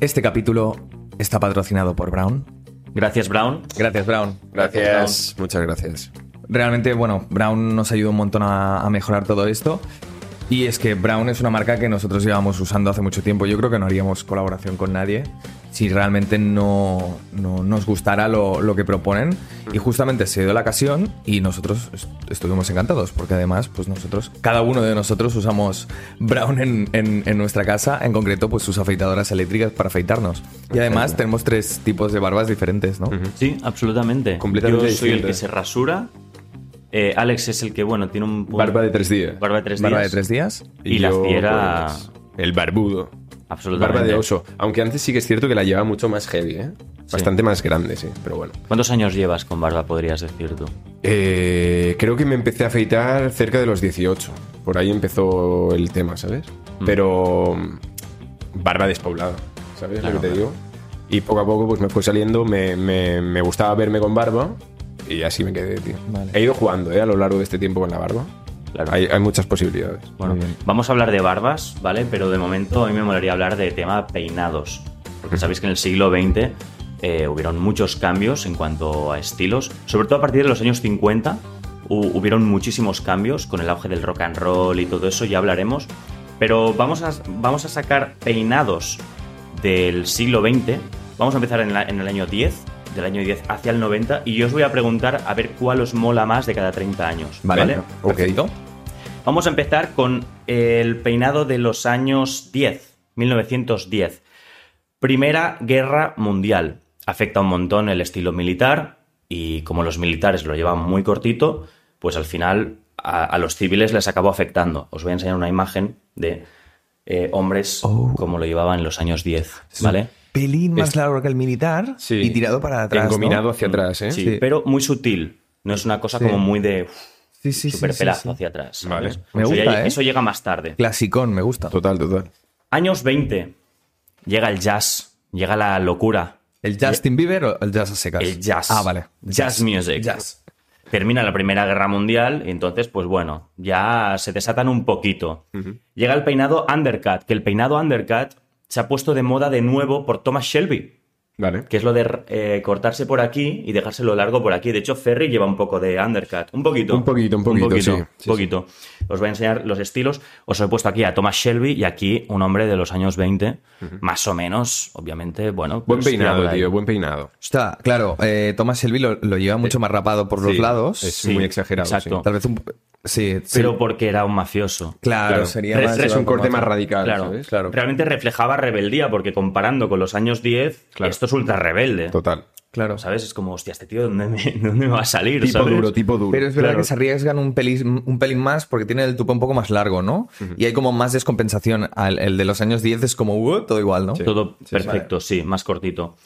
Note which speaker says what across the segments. Speaker 1: Este capítulo está patrocinado por Brown.
Speaker 2: Gracias, Brown.
Speaker 1: Gracias, Brown.
Speaker 3: Gracias, muchas gracias.
Speaker 1: Realmente, bueno, Brown nos ayuda un montón a, a mejorar todo esto. Y es que Brown es una marca que nosotros llevamos usando hace mucho tiempo. Yo creo que no haríamos colaboración con nadie si realmente no, no nos gustara lo, lo que proponen. Y justamente se dio la ocasión y nosotros est- estuvimos encantados, porque además, pues nosotros, cada uno de nosotros usamos Brown en, en- en nuestra casa, en concreto, pues sus afeitadoras eléctricas para afeitarnos. Y además tenemos tres tipos de barbas diferentes, ¿no?
Speaker 2: Sí, absolutamente.
Speaker 3: Completamente
Speaker 2: Yo soy el
Speaker 3: distinta.
Speaker 2: que se rasura. Eh, Alex es el que, bueno, tiene un... pu-
Speaker 3: Barba de tres días.
Speaker 2: Pues Barba de tres
Speaker 1: Barba de
Speaker 2: días.
Speaker 1: tres días.
Speaker 2: Y la
Speaker 3: yo,
Speaker 2: fiera-
Speaker 3: pues, el barbudo.
Speaker 2: Absolutamente.
Speaker 3: Barba de oso. Aunque antes sí que es cierto que la lleva mucho más heavy, ¿eh? Bastante más grande, sí, pero bueno.
Speaker 2: ¿Cuántos años llevas con barba, podrías decir tú?
Speaker 3: Eh, creo que me empecé a afeitar cerca de los 18. Por ahí empezó el tema, ¿sabes? Pero mm, barba despoblada, ¿sabes
Speaker 2: Claro,
Speaker 3: lo que te
Speaker 2: claro.
Speaker 3: digo? Y poco a poco pues me fue saliendo, me, me- me gustaba verme con barba y así me quedé, tío.
Speaker 1: Vale.
Speaker 3: He ido jugando, ¿eh? A lo largo de este tiempo con la barba.
Speaker 2: Claro.
Speaker 3: Hay, hay muchas posibilidades.
Speaker 2: Bueno, vamos a hablar de barbas, ¿vale? Pero de momento a mí me molaría hablar de tema peinados. Porque sabéis que en el siglo XX eh, hubieron muchos cambios en cuanto a estilos. Sobre todo a partir de los años 50 hu- hubieron muchísimos cambios con el auge del rock and roll y todo eso, ya hablaremos. Pero vamos a, vamos a sacar peinados del siglo XX. Vamos a empezar en, la- en el año 10, del año 10 hacia el 90. Y yo os voy a preguntar a ver cuál os mola más de cada 30 años.
Speaker 1: Vale.
Speaker 2: ¿vale?
Speaker 3: Ok.
Speaker 1: Perfecto.
Speaker 2: Vamos a empezar con el peinado de los años 10, 1910. Primera Guerra Mundial. Afecta un montón el estilo militar y como los militares lo llevan muy cortito, pues al final a, a los civiles les acabó afectando. Os voy a enseñar una imagen de eh, hombres
Speaker 1: Oh.
Speaker 2: como lo llevaban en los años 10, ¿vale?
Speaker 1: Pelín más largo que el militar
Speaker 3: Sí.
Speaker 1: y tirado para atrás. ¿no? Mm.
Speaker 3: Engominado hacia atrás, ¿eh?
Speaker 2: Sí,
Speaker 1: Sí.
Speaker 2: pero muy sutil. No es una cosa
Speaker 1: Sí.
Speaker 2: como muy de
Speaker 1: Sí, sí, sí,
Speaker 2: super
Speaker 1: sí,
Speaker 2: pelazo
Speaker 1: sí.
Speaker 2: hacia atrás.
Speaker 3: Vale.
Speaker 2: ¿sabes?
Speaker 1: Me
Speaker 2: Eso ya-
Speaker 1: gusta, ¿eh?
Speaker 2: Eso llega más tarde.
Speaker 1: Clasicón, me gusta.
Speaker 3: Total, total.
Speaker 2: Años 20. Llega el jazz, llega la locura,
Speaker 1: ¿El Justin Bieber o el jazz a secas?
Speaker 2: el jazz.
Speaker 1: Ah, vale.
Speaker 2: Jazz music.
Speaker 1: Jazz.
Speaker 2: Termina la Primera Guerra Mundial, y entonces, pues bueno, ya se desatan un poquito. Llega el peinado undercut, que el peinado undercut se ha puesto de moda de nuevo por Thomas Shelby,
Speaker 3: Vale.
Speaker 2: que es lo de eh, cortarse por aquí y dejárselo largo por aquí. De hecho, Ferry lleva un poco de undercut. Un poquito.
Speaker 3: Un poquito, un poquito, sí. Sí, sí.
Speaker 2: poquito. Os voy a enseñar los estilos. Os he puesto aquí a Thomas Shelby y aquí un hombre de los años 20, más o menos, obviamente, bueno.
Speaker 3: Buen
Speaker 2: pues,
Speaker 3: peinado,
Speaker 2: tira por ahí.
Speaker 3: tío, buen peinado.
Speaker 1: Está, claro, eh, Thomas Shelby lo, lo lleva mucho más rapado por los
Speaker 3: sí,
Speaker 1: lados.
Speaker 3: es
Speaker 2: Sí,
Speaker 3: muy exagerado.
Speaker 2: exacto.
Speaker 1: Tal vez un. Sí, sí.
Speaker 2: Pero porque era un mafioso.
Speaker 1: claro,
Speaker 3: Claro,
Speaker 1: sería
Speaker 2: Tres-
Speaker 1: más.
Speaker 2: tres
Speaker 3: Es un corte más
Speaker 1: radical.
Speaker 3: radical,
Speaker 2: Claro,
Speaker 3: ¿sabes?
Speaker 1: claro.
Speaker 2: Realmente reflejaba rebeldía, porque comparando con los años 10,
Speaker 3: Claro.
Speaker 2: esto es ultra rebelde.
Speaker 3: Total.
Speaker 1: Claro.
Speaker 2: ¿Sabes? Es como, hostia, este tío, ¿dónde me, dónde me va a salir?
Speaker 3: Tipo
Speaker 2: ¿sabes?
Speaker 3: duro, tipo duro.
Speaker 1: Pero es verdad
Speaker 2: Claro.
Speaker 1: que se arriesgan un pelín, un pelín más porque tienen el tupo un poco más largo, ¿no? Y hay como más descompensación. Al- el de los años 10 es como uh, todo igual, ¿no?
Speaker 2: Todo perfecto, sí, más cortito.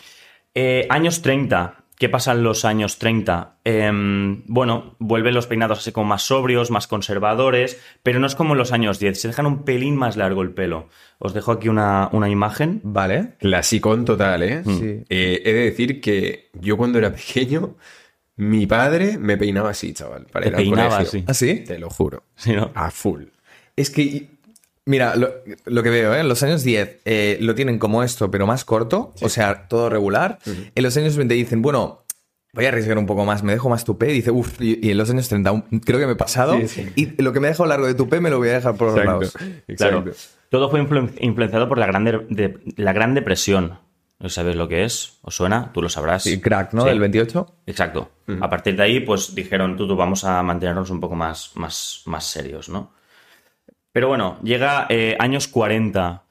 Speaker 2: Eh, años 30. ¿Qué pasa en los años 30? Em, bueno, vuelven los peinados así como más sobrios, más conservadores, pero no es como en los años 10. Se dejan un pelín más largo el pelo. Os dejo aquí una, una imagen.
Speaker 1: Vale.
Speaker 3: Clasicón total, ¿eh?
Speaker 1: Sí.
Speaker 3: Eh, He de decir que yo cuando era pequeño, mi padre me peinaba así, chaval. Para
Speaker 2: Te
Speaker 3: ir al
Speaker 2: peinaba
Speaker 3: colegio.
Speaker 2: así.
Speaker 1: ¿Ah, sí?
Speaker 3: Te lo juro.
Speaker 2: Sí, ¿no?
Speaker 3: A full.
Speaker 1: Es que, mira, lo, lo que veo, ¿eh? en los años 10 eh, lo tienen como esto, pero más corto, o sea, todo regular. En los años 20 dicen, bueno, voy a arriesgar un poco más, me dejo más tupé, y dice, uff, y, y en los años 30 un- creo que me he pasado,
Speaker 3: Sí, sí.
Speaker 1: y lo que me he dejado largo de tupé me lo voy a dejar por los lados.
Speaker 3: Exacto.
Speaker 2: Claro. Todo fue influ- influenciado por la Gran, de- de- la gran Depresión. ¿No ¿Sabéis lo que es? ¿Os suena? Tú lo sabrás.
Speaker 1: Sí, crack, ¿no?
Speaker 2: Sí.
Speaker 1: Del 28.
Speaker 2: Exacto. A partir de ahí, pues dijeron, tú, tú, vamos a mantenernos un poco más, más, más serios, ¿no? Pero bueno, llega eh, años 40,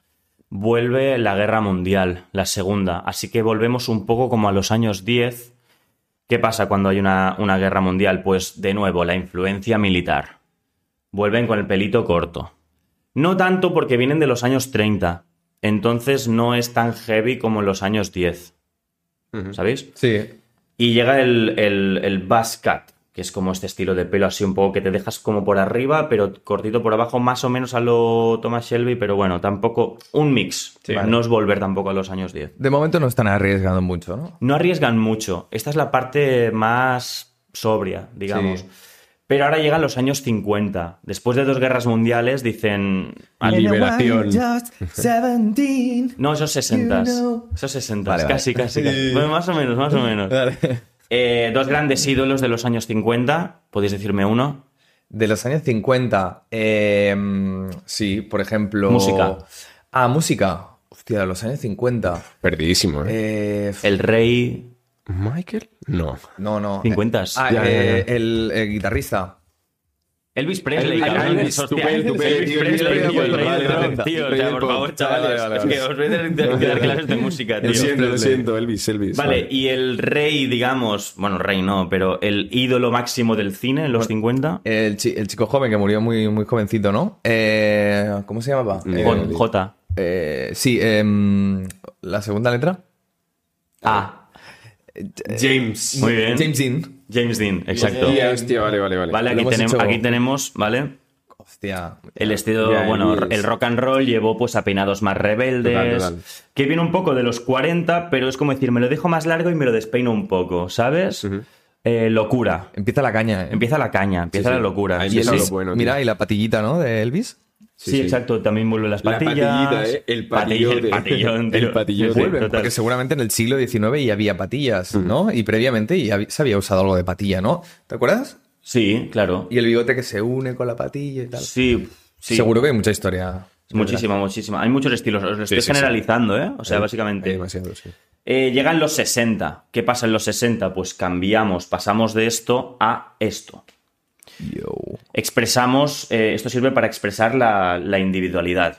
Speaker 2: vuelve la guerra mundial, la segunda, así que volvemos un poco como a los años 10. ¿Qué pasa cuando hay una, una guerra mundial? Pues de nuevo, la influencia militar. Vuelven con el pelito corto. No tanto porque vienen de los años 30, entonces no es tan heavy como en los años 10,
Speaker 3: Ujú.
Speaker 2: ¿sabéis?
Speaker 1: Sí.
Speaker 2: Y llega el, el, el buzz cut, que es como este estilo de pelo así un poco que te dejas como por arriba, pero cortito por abajo, más o menos a lo Thomas Shelby, pero bueno, tampoco un mix. No es volver tampoco a los años 10.
Speaker 1: De momento no están arriesgando mucho, ¿no?
Speaker 2: No arriesgan mucho. Esta es la parte más sobria, digamos. Pero ahora llegan los años 50. Después de dos guerras mundiales dicen...
Speaker 3: A liberación.
Speaker 2: No, esos 60. Esos 60.
Speaker 1: Vale, vale.
Speaker 2: casi, casi, casi. Bueno, más o menos, más o menos. Eh, dos grandes ídolos de los años 50. ¿Podéis decirme uno?
Speaker 1: De los años 50. eh, sí, por ejemplo.
Speaker 2: Música.
Speaker 1: Ah, música. Hostia, de los años 50.
Speaker 3: Perdidísimo, ¿eh?
Speaker 1: Eh,
Speaker 2: El rey...
Speaker 3: ¿Michael? No.
Speaker 1: no, no.
Speaker 2: 50s.
Speaker 1: Ah,
Speaker 3: Ya, ya,
Speaker 1: eh,
Speaker 3: ya.
Speaker 1: El, el guitarrista.
Speaker 2: Elvis Presley.
Speaker 3: Elvis
Speaker 2: cabrón.
Speaker 3: Presley,
Speaker 2: Hostia,
Speaker 3: estupendo,
Speaker 2: Elvis
Speaker 3: estupendo,
Speaker 2: Presley,
Speaker 3: Elvis Presley,
Speaker 2: tío, el rey
Speaker 3: vale,
Speaker 2: del
Speaker 3: vale,
Speaker 2: rock,
Speaker 3: vale.
Speaker 2: tío. O
Speaker 3: Rey
Speaker 2: sea,
Speaker 3: del
Speaker 2: por
Speaker 3: pop.
Speaker 2: favor,
Speaker 3: Vale, vale,
Speaker 2: chavales. Es
Speaker 3: vale.
Speaker 2: que os voy a tener que dar clases de música, tío.
Speaker 3: Lo siento, lo
Speaker 1: Presley.
Speaker 3: siento, Elvis, Elvis.
Speaker 2: Vale, y el rey, digamos, bueno, rey no, pero el ídolo máximo del cine en los 50,
Speaker 1: El, chi- el chico joven que murió muy, muy jovencito, ¿no? Eh, ¿Cómo se llamaba?
Speaker 3: Mm.
Speaker 1: Eh,
Speaker 2: J. J.
Speaker 1: eh, sí, em, la segunda letra.
Speaker 2: Ah,
Speaker 3: James.
Speaker 2: muy bien.
Speaker 1: James Dean.
Speaker 2: James Dean, exacto.
Speaker 3: Hostia, hostia, vale, vale, vale.
Speaker 2: Vale,
Speaker 1: Lo
Speaker 2: aquí,
Speaker 1: hemos
Speaker 2: tenemos,
Speaker 1: hecho-
Speaker 2: aquí tenemos, ¿vale?
Speaker 1: Hostia.
Speaker 2: El estilo,
Speaker 3: Ya,
Speaker 2: bueno,
Speaker 3: Elvis.
Speaker 2: el rock and roll llevó pues a peinados más rebeldes,
Speaker 3: Total, total.
Speaker 2: que viene un poco de los 40, pero es como decir, me lo dejo más largo y me lo despeino un poco, ¿sabes? Eh, locura.
Speaker 1: Empieza la caña. eh.
Speaker 2: Empieza la caña, empieza
Speaker 3: sí.
Speaker 2: la locura.
Speaker 3: Ahí
Speaker 2: Sí,
Speaker 1: Y
Speaker 3: empieza
Speaker 2: sí,
Speaker 3: lo
Speaker 1: Elvis,
Speaker 3: bueno, tío.
Speaker 1: mira, y la patillita, ¿no? De Elvis.
Speaker 2: Sí,
Speaker 3: Sí, sí.
Speaker 2: exacto. También vuelven las
Speaker 3: La
Speaker 2: patillas.
Speaker 3: patillita, ¿eh? El
Speaker 2: Patilla-
Speaker 3: patillote.
Speaker 2: El patillón. tío.
Speaker 3: El patillote.
Speaker 2: Sí,
Speaker 3: Vuelven,
Speaker 2: total.
Speaker 1: Porque seguramente en el siglo XIX ya había patillas, ¿no? Y previamente ya hab- se había usado algo de patilla, ¿no? ¿Te acuerdas?
Speaker 2: Sí, claro.
Speaker 1: Y el bigote que se une con la patilla y tal.
Speaker 2: Sí, sí.
Speaker 1: Seguro que hay mucha historia.
Speaker 2: Muchísima, muchísima. Hay muchos estilos. Os lo estoy
Speaker 3: sí, sí.
Speaker 2: generalizando, ¿eh? O sea,
Speaker 3: Hay
Speaker 2: básicamente.
Speaker 3: demasiado, sí.
Speaker 2: Eh, llegan los 60. ¿Qué pasa en los 60? Pues cambiamos, pasamos de esto a esto.
Speaker 1: Yo.
Speaker 2: Expresamos, eh, esto sirve para expresar la, la individualidad,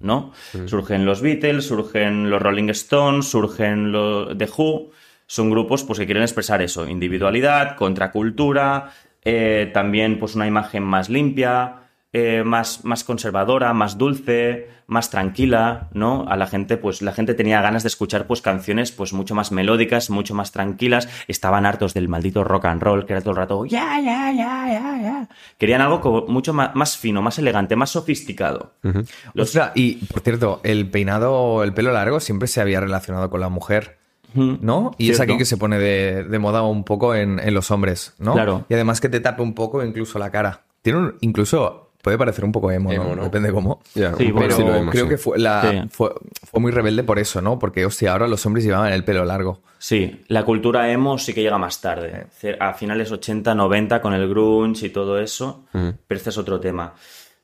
Speaker 2: ¿no? Surgen los Beatles, surgen los Rolling Stones, surgen los The Who. Son grupos pues, que quieren expresar eso, individualidad, contracultura, eh, también pues, una imagen más limpia, eh, más, más conservadora, más dulce, más tranquila, ¿no? A la gente, pues la gente tenía ganas de escuchar pues canciones pues mucho más melódicas, mucho más tranquilas, estaban hartos del maldito rock and roll que era todo el rato, ya, ya, ya, ya, ya. Querían algo como mucho ma- más, fino, más elegante, más sofisticado. Los-
Speaker 1: Ostras, y por cierto, el peinado, el pelo largo siempre se había relacionado con la mujer, ¿no? Y es
Speaker 2: Cierto.
Speaker 1: aquí que se pone de, de moda un poco en, en los hombres, ¿no?
Speaker 2: Claro.
Speaker 1: Y además que te tape un poco incluso la cara. Tiene un- incluso, puede parecer un poco emo, ¿no?
Speaker 3: Emo, ¿no?
Speaker 1: Depende cómo.
Speaker 3: Ya,
Speaker 2: Sí,
Speaker 3: un poco
Speaker 2: bueno.
Speaker 1: Pero
Speaker 3: estilo emo,
Speaker 1: creo
Speaker 3: sí.
Speaker 1: que fue, la-
Speaker 2: Sí.
Speaker 1: fue, fue muy rebelde por eso, ¿no? Porque, hostia, ahora los hombres llevaban el pelo largo.
Speaker 2: Sí, la cultura emo sí que llega más tarde, ce- a finales 80, 90 con el grunge y todo eso, pero este es otro tema.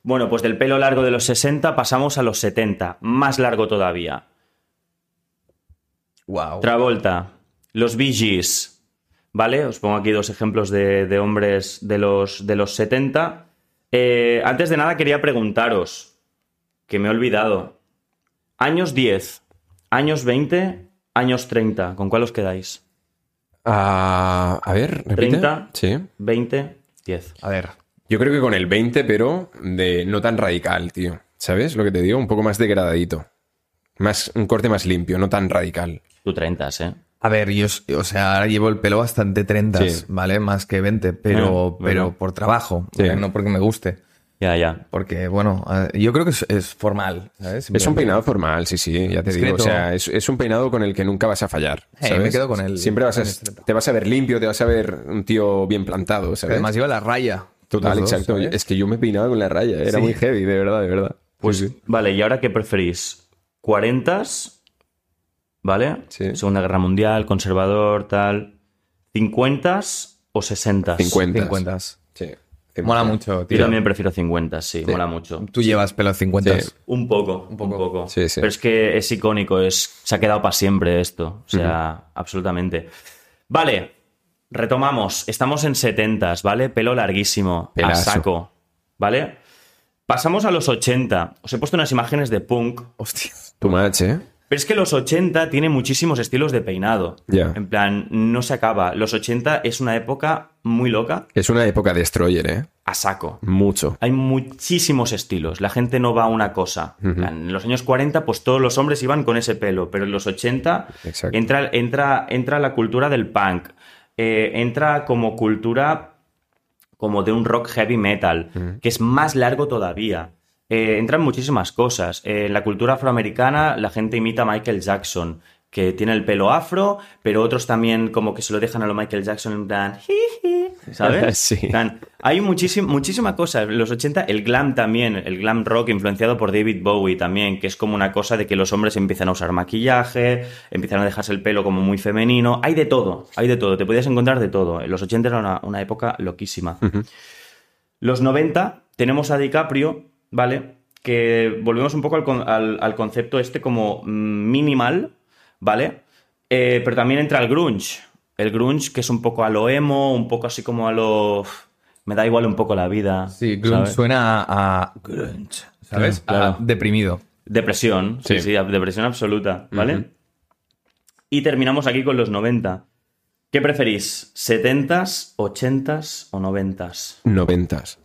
Speaker 2: Bueno, pues del pelo largo de los 60 pasamos a los 70, más largo todavía.
Speaker 1: Wow.
Speaker 2: Travolta, los Bee Gees, ¿vale? Os pongo aquí dos ejemplos de, de hombres de los, de los 70. Eh, antes de nada quería preguntaros, que me he olvidado. Años 10, años 20, años 30, ¿con cuál os quedáis?
Speaker 3: Ah, a ver, repite.
Speaker 2: 30.
Speaker 3: Sí.
Speaker 2: 20, 10.
Speaker 1: A ver.
Speaker 3: Yo creo que con el 20, pero de no tan radical, tío. ¿Sabes lo que te digo? Un poco más degradadito. Más, un corte más limpio, no tan radical.
Speaker 2: Tú 30, ¿eh?
Speaker 1: A ver, yo, s- o sea, ahora llevo el pelo bastante 30,
Speaker 3: Sí.
Speaker 1: ¿vale? Más que 20, pero,
Speaker 2: Ah,
Speaker 1: pero
Speaker 2: bueno.
Speaker 1: por trabajo,
Speaker 3: Sí.
Speaker 1: ¿vale? no porque me guste.
Speaker 2: Ya, ya.
Speaker 1: Porque, bueno, eh, yo creo que es, es formal, ¿sabes?
Speaker 3: Es un peinado formal, sí, sí, ya te digo.
Speaker 1: Discreto.
Speaker 3: O sea, es, es un peinado con el que nunca vas a fallar.
Speaker 1: Eh,
Speaker 3: ¿sabes?
Speaker 1: me quedo con el-
Speaker 3: Siempre vas a,
Speaker 1: con el-
Speaker 3: te vas a ver limpio, te vas a ver un tío bien plantado, ¿sabes?
Speaker 1: Además lleva la raya.
Speaker 3: Total,
Speaker 1: Los dos,
Speaker 3: exacto.
Speaker 1: ¿sabes?
Speaker 3: Es que yo me peinaba con la raya, era
Speaker 1: Sí.
Speaker 3: muy heavy, de verdad, de verdad.
Speaker 2: Pues,
Speaker 3: Sí, sí.
Speaker 2: vale, ¿y ahora qué preferís? ¿40s? ¿Vale?
Speaker 3: Sí.
Speaker 2: Segunda Guerra Mundial, conservador, tal. ¿50s o 60s?
Speaker 3: 50.
Speaker 1: 50.
Speaker 3: Sí.
Speaker 1: Mola mucho,
Speaker 2: Yo
Speaker 1: tío.
Speaker 2: también prefiero 50, sí, mola mucho.
Speaker 1: Tú llevas pelo 50.
Speaker 3: Sí.
Speaker 2: Un poco, un poco.
Speaker 3: Sí, sí.
Speaker 2: Pero es que es icónico, es, se ha quedado para siempre esto. O sea, absolutamente. Vale, retomamos. Estamos en 70, ¿vale? Pelo larguísimo,
Speaker 3: Pelazo.
Speaker 2: a saco, ¿vale? Pasamos a los 80. Os he puesto unas imágenes de punk.
Speaker 1: Hostia.
Speaker 3: Tu match, ¿eh?
Speaker 2: Pero es que los 80 tiene muchísimos estilos de peinado.
Speaker 3: Ya.
Speaker 2: En plan, no se acaba. Los 80 es una época muy loca,
Speaker 3: Es una época destroyer, ¿eh?
Speaker 2: a saco.
Speaker 3: Mucho.
Speaker 2: Hay muchísimos estilos. La gente no va a una cosa. En plan, En los años 40, pues todos los hombres iban con ese pelo, pero en los 80
Speaker 3: Exacto.
Speaker 2: entra, entra, entra la cultura del punk. Eh, entra como cultura como de un rock heavy metal, que es más largo todavía. Eh, entran muchísimas cosas. Eh, en la cultura afroamericana, la gente imita a Michael Jackson. que tiene el pelo afro, pero otros también como que se lo dejan a lo Michael Jackson en plan, "Jiji", ¿sabes?
Speaker 4: Sí.
Speaker 2: En plan, hay muchísima, muchísima cosa. En los 80, el glam también, el glam rock influenciado por David Bowie también, que es como una cosa de que los hombres empiezan a usar maquillaje, empiezan a dejarse el pelo como muy femenino. Hay de todo, hay de todo. Te podías encontrar de todo. En los 80 era una, una época loquísima. Los 90 tenemos a DiCaprio, ¿vale? Que volvemos un poco al, con- al- al concepto este como mm, minimal, ¿vale? Eh, pero también entra el grunge. El grunge que es un poco a lo emo, un poco así como a lo... Me da igual un poco la vida.
Speaker 1: Sí, grunge
Speaker 2: ¿sabes?
Speaker 1: suena a, a grunge, ¿sabes?
Speaker 2: Claro,
Speaker 1: A
Speaker 2: claro.
Speaker 1: deprimido.
Speaker 2: Depresión, sí,
Speaker 3: Sí.
Speaker 2: sí, depresión absoluta, ¿vale? Y terminamos aquí con los 90. ¿Qué preferís? ¿70s, 80s o 90s?
Speaker 3: Noventas.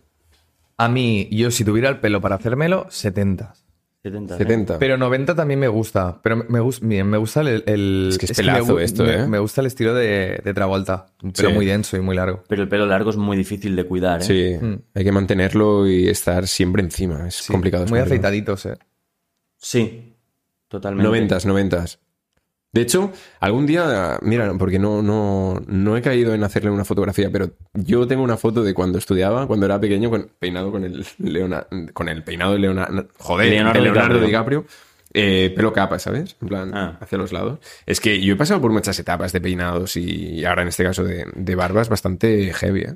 Speaker 1: A mí, yo si tuviera el pelo para hacérmelo, 70.
Speaker 2: 70.
Speaker 3: 70.
Speaker 1: Pero eh, 90 también me gusta. Pero me, me gus- miren, me gusta el, el-
Speaker 3: Es que es
Speaker 1: me
Speaker 3: pelazo
Speaker 1: gu-
Speaker 3: esto,
Speaker 1: me,
Speaker 3: ¿eh?
Speaker 1: Me gusta el estilo de, de Travolta. Un pelo
Speaker 3: Sí.
Speaker 1: muy denso y muy largo.
Speaker 2: Pero el pelo largo es muy difícil de cuidar, ¿eh?
Speaker 3: Sí,
Speaker 1: mm.
Speaker 3: hay que mantenerlo y estar siempre encima. Es complicado. es
Speaker 1: Muy
Speaker 3: complicado.
Speaker 1: afeitaditos, eh.
Speaker 2: Sí, totalmente.
Speaker 3: Noventas, noventas. De hecho, algún día, mira, porque no, no, no he caído en hacerle una fotografía, pero yo tengo una foto de cuando estudiaba, cuando era pequeño, con, peinado con el Leona- con el peinado de Leonardo, joder, de
Speaker 2: Leonardo
Speaker 3: Leonardo,
Speaker 2: DiCaprio.
Speaker 3: DiCaprio, eh, pelo capa, ¿sabes? En plan,
Speaker 2: Ah.
Speaker 3: hacia los lados. Es que yo he pasado por muchas etapas de peinados y ahora en este caso de, de barbas bastante heavy, ¿eh?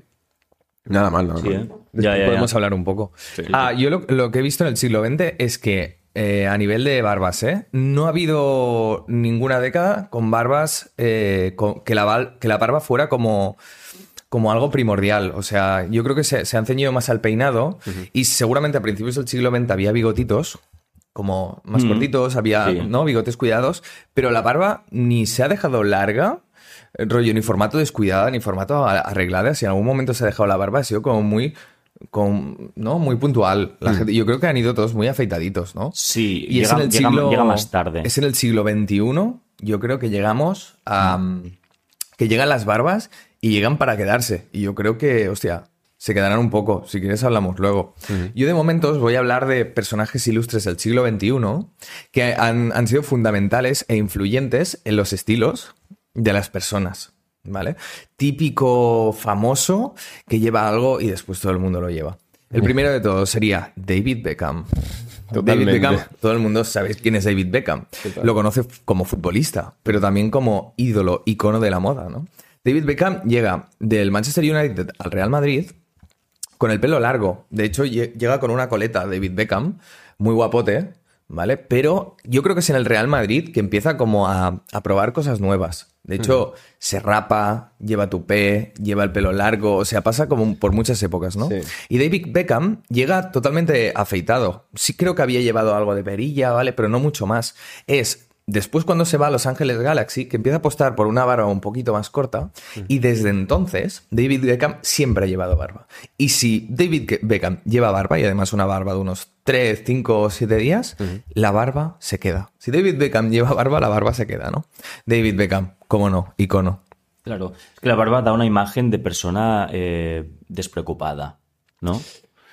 Speaker 3: Nada mal, nada
Speaker 2: Sí,
Speaker 3: mal.
Speaker 2: ¿eh?
Speaker 1: Después
Speaker 2: Ya, ya, ya.
Speaker 1: podemos hablar un poco. Ah, yo lo, lo que he visto en el siglo XX es que eh, a nivel de barbas, ¿eh? No ha habido ninguna década con barbas eh, con- que, la, val- que la barba fuera como, como algo primordial. O sea, yo creo que se, se han ceñido más al peinado y seguramente a principios del siglo XX había bigotitos como más
Speaker 2: Mm.
Speaker 1: cortitos, había
Speaker 2: Sí.
Speaker 1: ¿no? bigotes cuidados, pero la barba ni se ha dejado larga, eh, rollo ni formato descuidada, ni formato a- arreglada. Si en algún momento se ha dejado la barba, ha sido como muy, con, ¿no? muy puntual. La gente- yo creo que han ido todos muy afeitaditos, ¿no?
Speaker 2: Sí, llega, llega- llega más tarde.
Speaker 1: Es en el siglo XXI, yo creo que llegamos a...
Speaker 2: Mm.
Speaker 1: que llegan las barbas y llegan para quedarse. Y yo creo que, hostia, se quedarán un poco. Si quieres hablamos luego. Yo de momento os voy a hablar de personajes ilustres del siglo XXI que han, han sido fundamentales e influyentes en los estilos de las personas. ¿Vale? Típico famoso que lleva algo y después todo el mundo lo lleva. El primero de todos sería David Beckham.
Speaker 3: Totalmente.
Speaker 1: David Beckham, todo el mundo sabe quién es David Beckham. Lo conoce f- como futbolista, pero también como ídolo, icono de la moda, ¿no? David Beckham llega del Manchester United al Real Madrid con el pelo largo. De hecho, lle- llega con una coleta David Beckham, muy guapote, ¿vale? Pero yo creo que es en el Real Madrid que empieza como a, a probar cosas nuevas. De hecho, se rapa, lleva tupé, lleva el pelo largo, o sea, pasa como por muchas épocas, ¿no?
Speaker 3: Sí.
Speaker 1: Y David Beckham llega totalmente afeitado. Sí creo que había llevado algo de perilla, ¿vale? Pero no mucho más. Es después cuando se va a Los Ángeles Galaxy, que empieza a apostar por una barba un poquito más corta,
Speaker 2: Mm.
Speaker 1: y desde entonces David Beckham siempre ha llevado barba. Y si David Ke- Beckham lleva barba, y además una barba de unos 3, 5 o 7 días, la barba se queda. Si David Beckham lleva barba, la barba se queda, ¿no? David Beckham, cómo no, icono.
Speaker 2: Claro. Es que la barba da una imagen de persona eh, despreocupada, ¿no?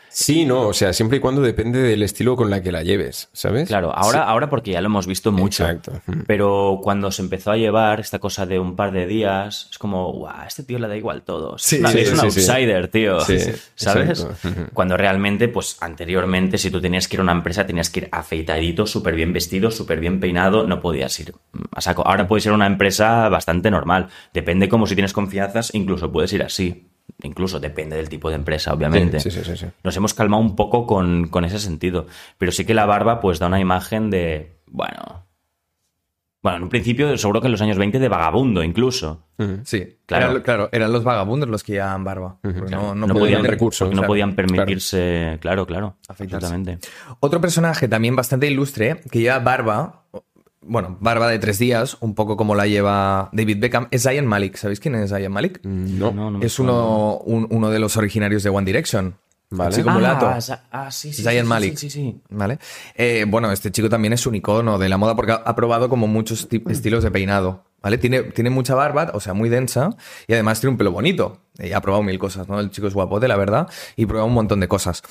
Speaker 3: Sí, no, o sea, siempre y cuando depende del estilo con la que la lleves, ¿sabes?
Speaker 2: Claro, ahora, ahora porque ya lo hemos visto mucho.
Speaker 3: Exacto. Mm.
Speaker 2: Pero cuando se empezó a llevar esta cosa de un par de días, es como, guau, a este tío le da igual todo. Es
Speaker 1: Sí,
Speaker 2: una-
Speaker 1: sí,
Speaker 2: es un
Speaker 3: sí, sí.
Speaker 2: outsider, tío.
Speaker 3: Sí, sí,
Speaker 2: ¿Sabes?
Speaker 3: exacto. Mm-hmm.
Speaker 2: Cuando realmente, pues anteriormente, si tú tenías que ir a una empresa, tenías que ir afeitadito, súper bien vestido, súper bien peinado, no podías ir a saco. Ahora puedes ir a una empresa bastante normal. Depende como si tienes confianzas, incluso puedes ir así. Incluso depende del tipo de empresa, obviamente
Speaker 3: Sí, sí, sí, sí.
Speaker 2: nos hemos calmado un poco con, con ese sentido. Pero sí que la barba, pues da una imagen de. Bueno. Bueno, en un principio, seguro que en los años 20 de vagabundo, incluso.
Speaker 1: Sí,
Speaker 2: Claro.
Speaker 1: claro. claro, eran los vagabundos los que llevaban barba. porque no, no
Speaker 2: No, podían,
Speaker 1: tener-
Speaker 3: recursos,
Speaker 2: porque no
Speaker 1: claro,
Speaker 2: podían permitirse. Claro, claro.
Speaker 1: Afeitarse.
Speaker 2: absolutamente.
Speaker 1: Otro personaje también bastante ilustre que lleva barba, bueno, barba de tres días, un poco como la lleva David Beckham, es Zayn Malik. ¿Sabéis quién es Zayn Malik?
Speaker 3: No.
Speaker 2: Mm, No, no me
Speaker 1: es uno, un- uno de los originarios de One Direction.
Speaker 3: Vale.
Speaker 1: El chico
Speaker 2: acuerdo.
Speaker 1: mulato.
Speaker 2: Ah, Za- ah, sí, sí.
Speaker 1: Zayn
Speaker 2: sí, sí,
Speaker 1: Malik.
Speaker 2: Sí, sí, sí.
Speaker 1: ¿Vale? Eh, bueno, este chico también es un icono de la moda porque ha- ha probado como muchos ti- estilos de peinado. ¿Vale? Tiene, tiene mucha barba, o sea, muy densa, y además tiene un pelo bonito. Eh, ha probado mil cosas, ¿no? El chico es guapote, la verdad, y prueba un montón de cosas.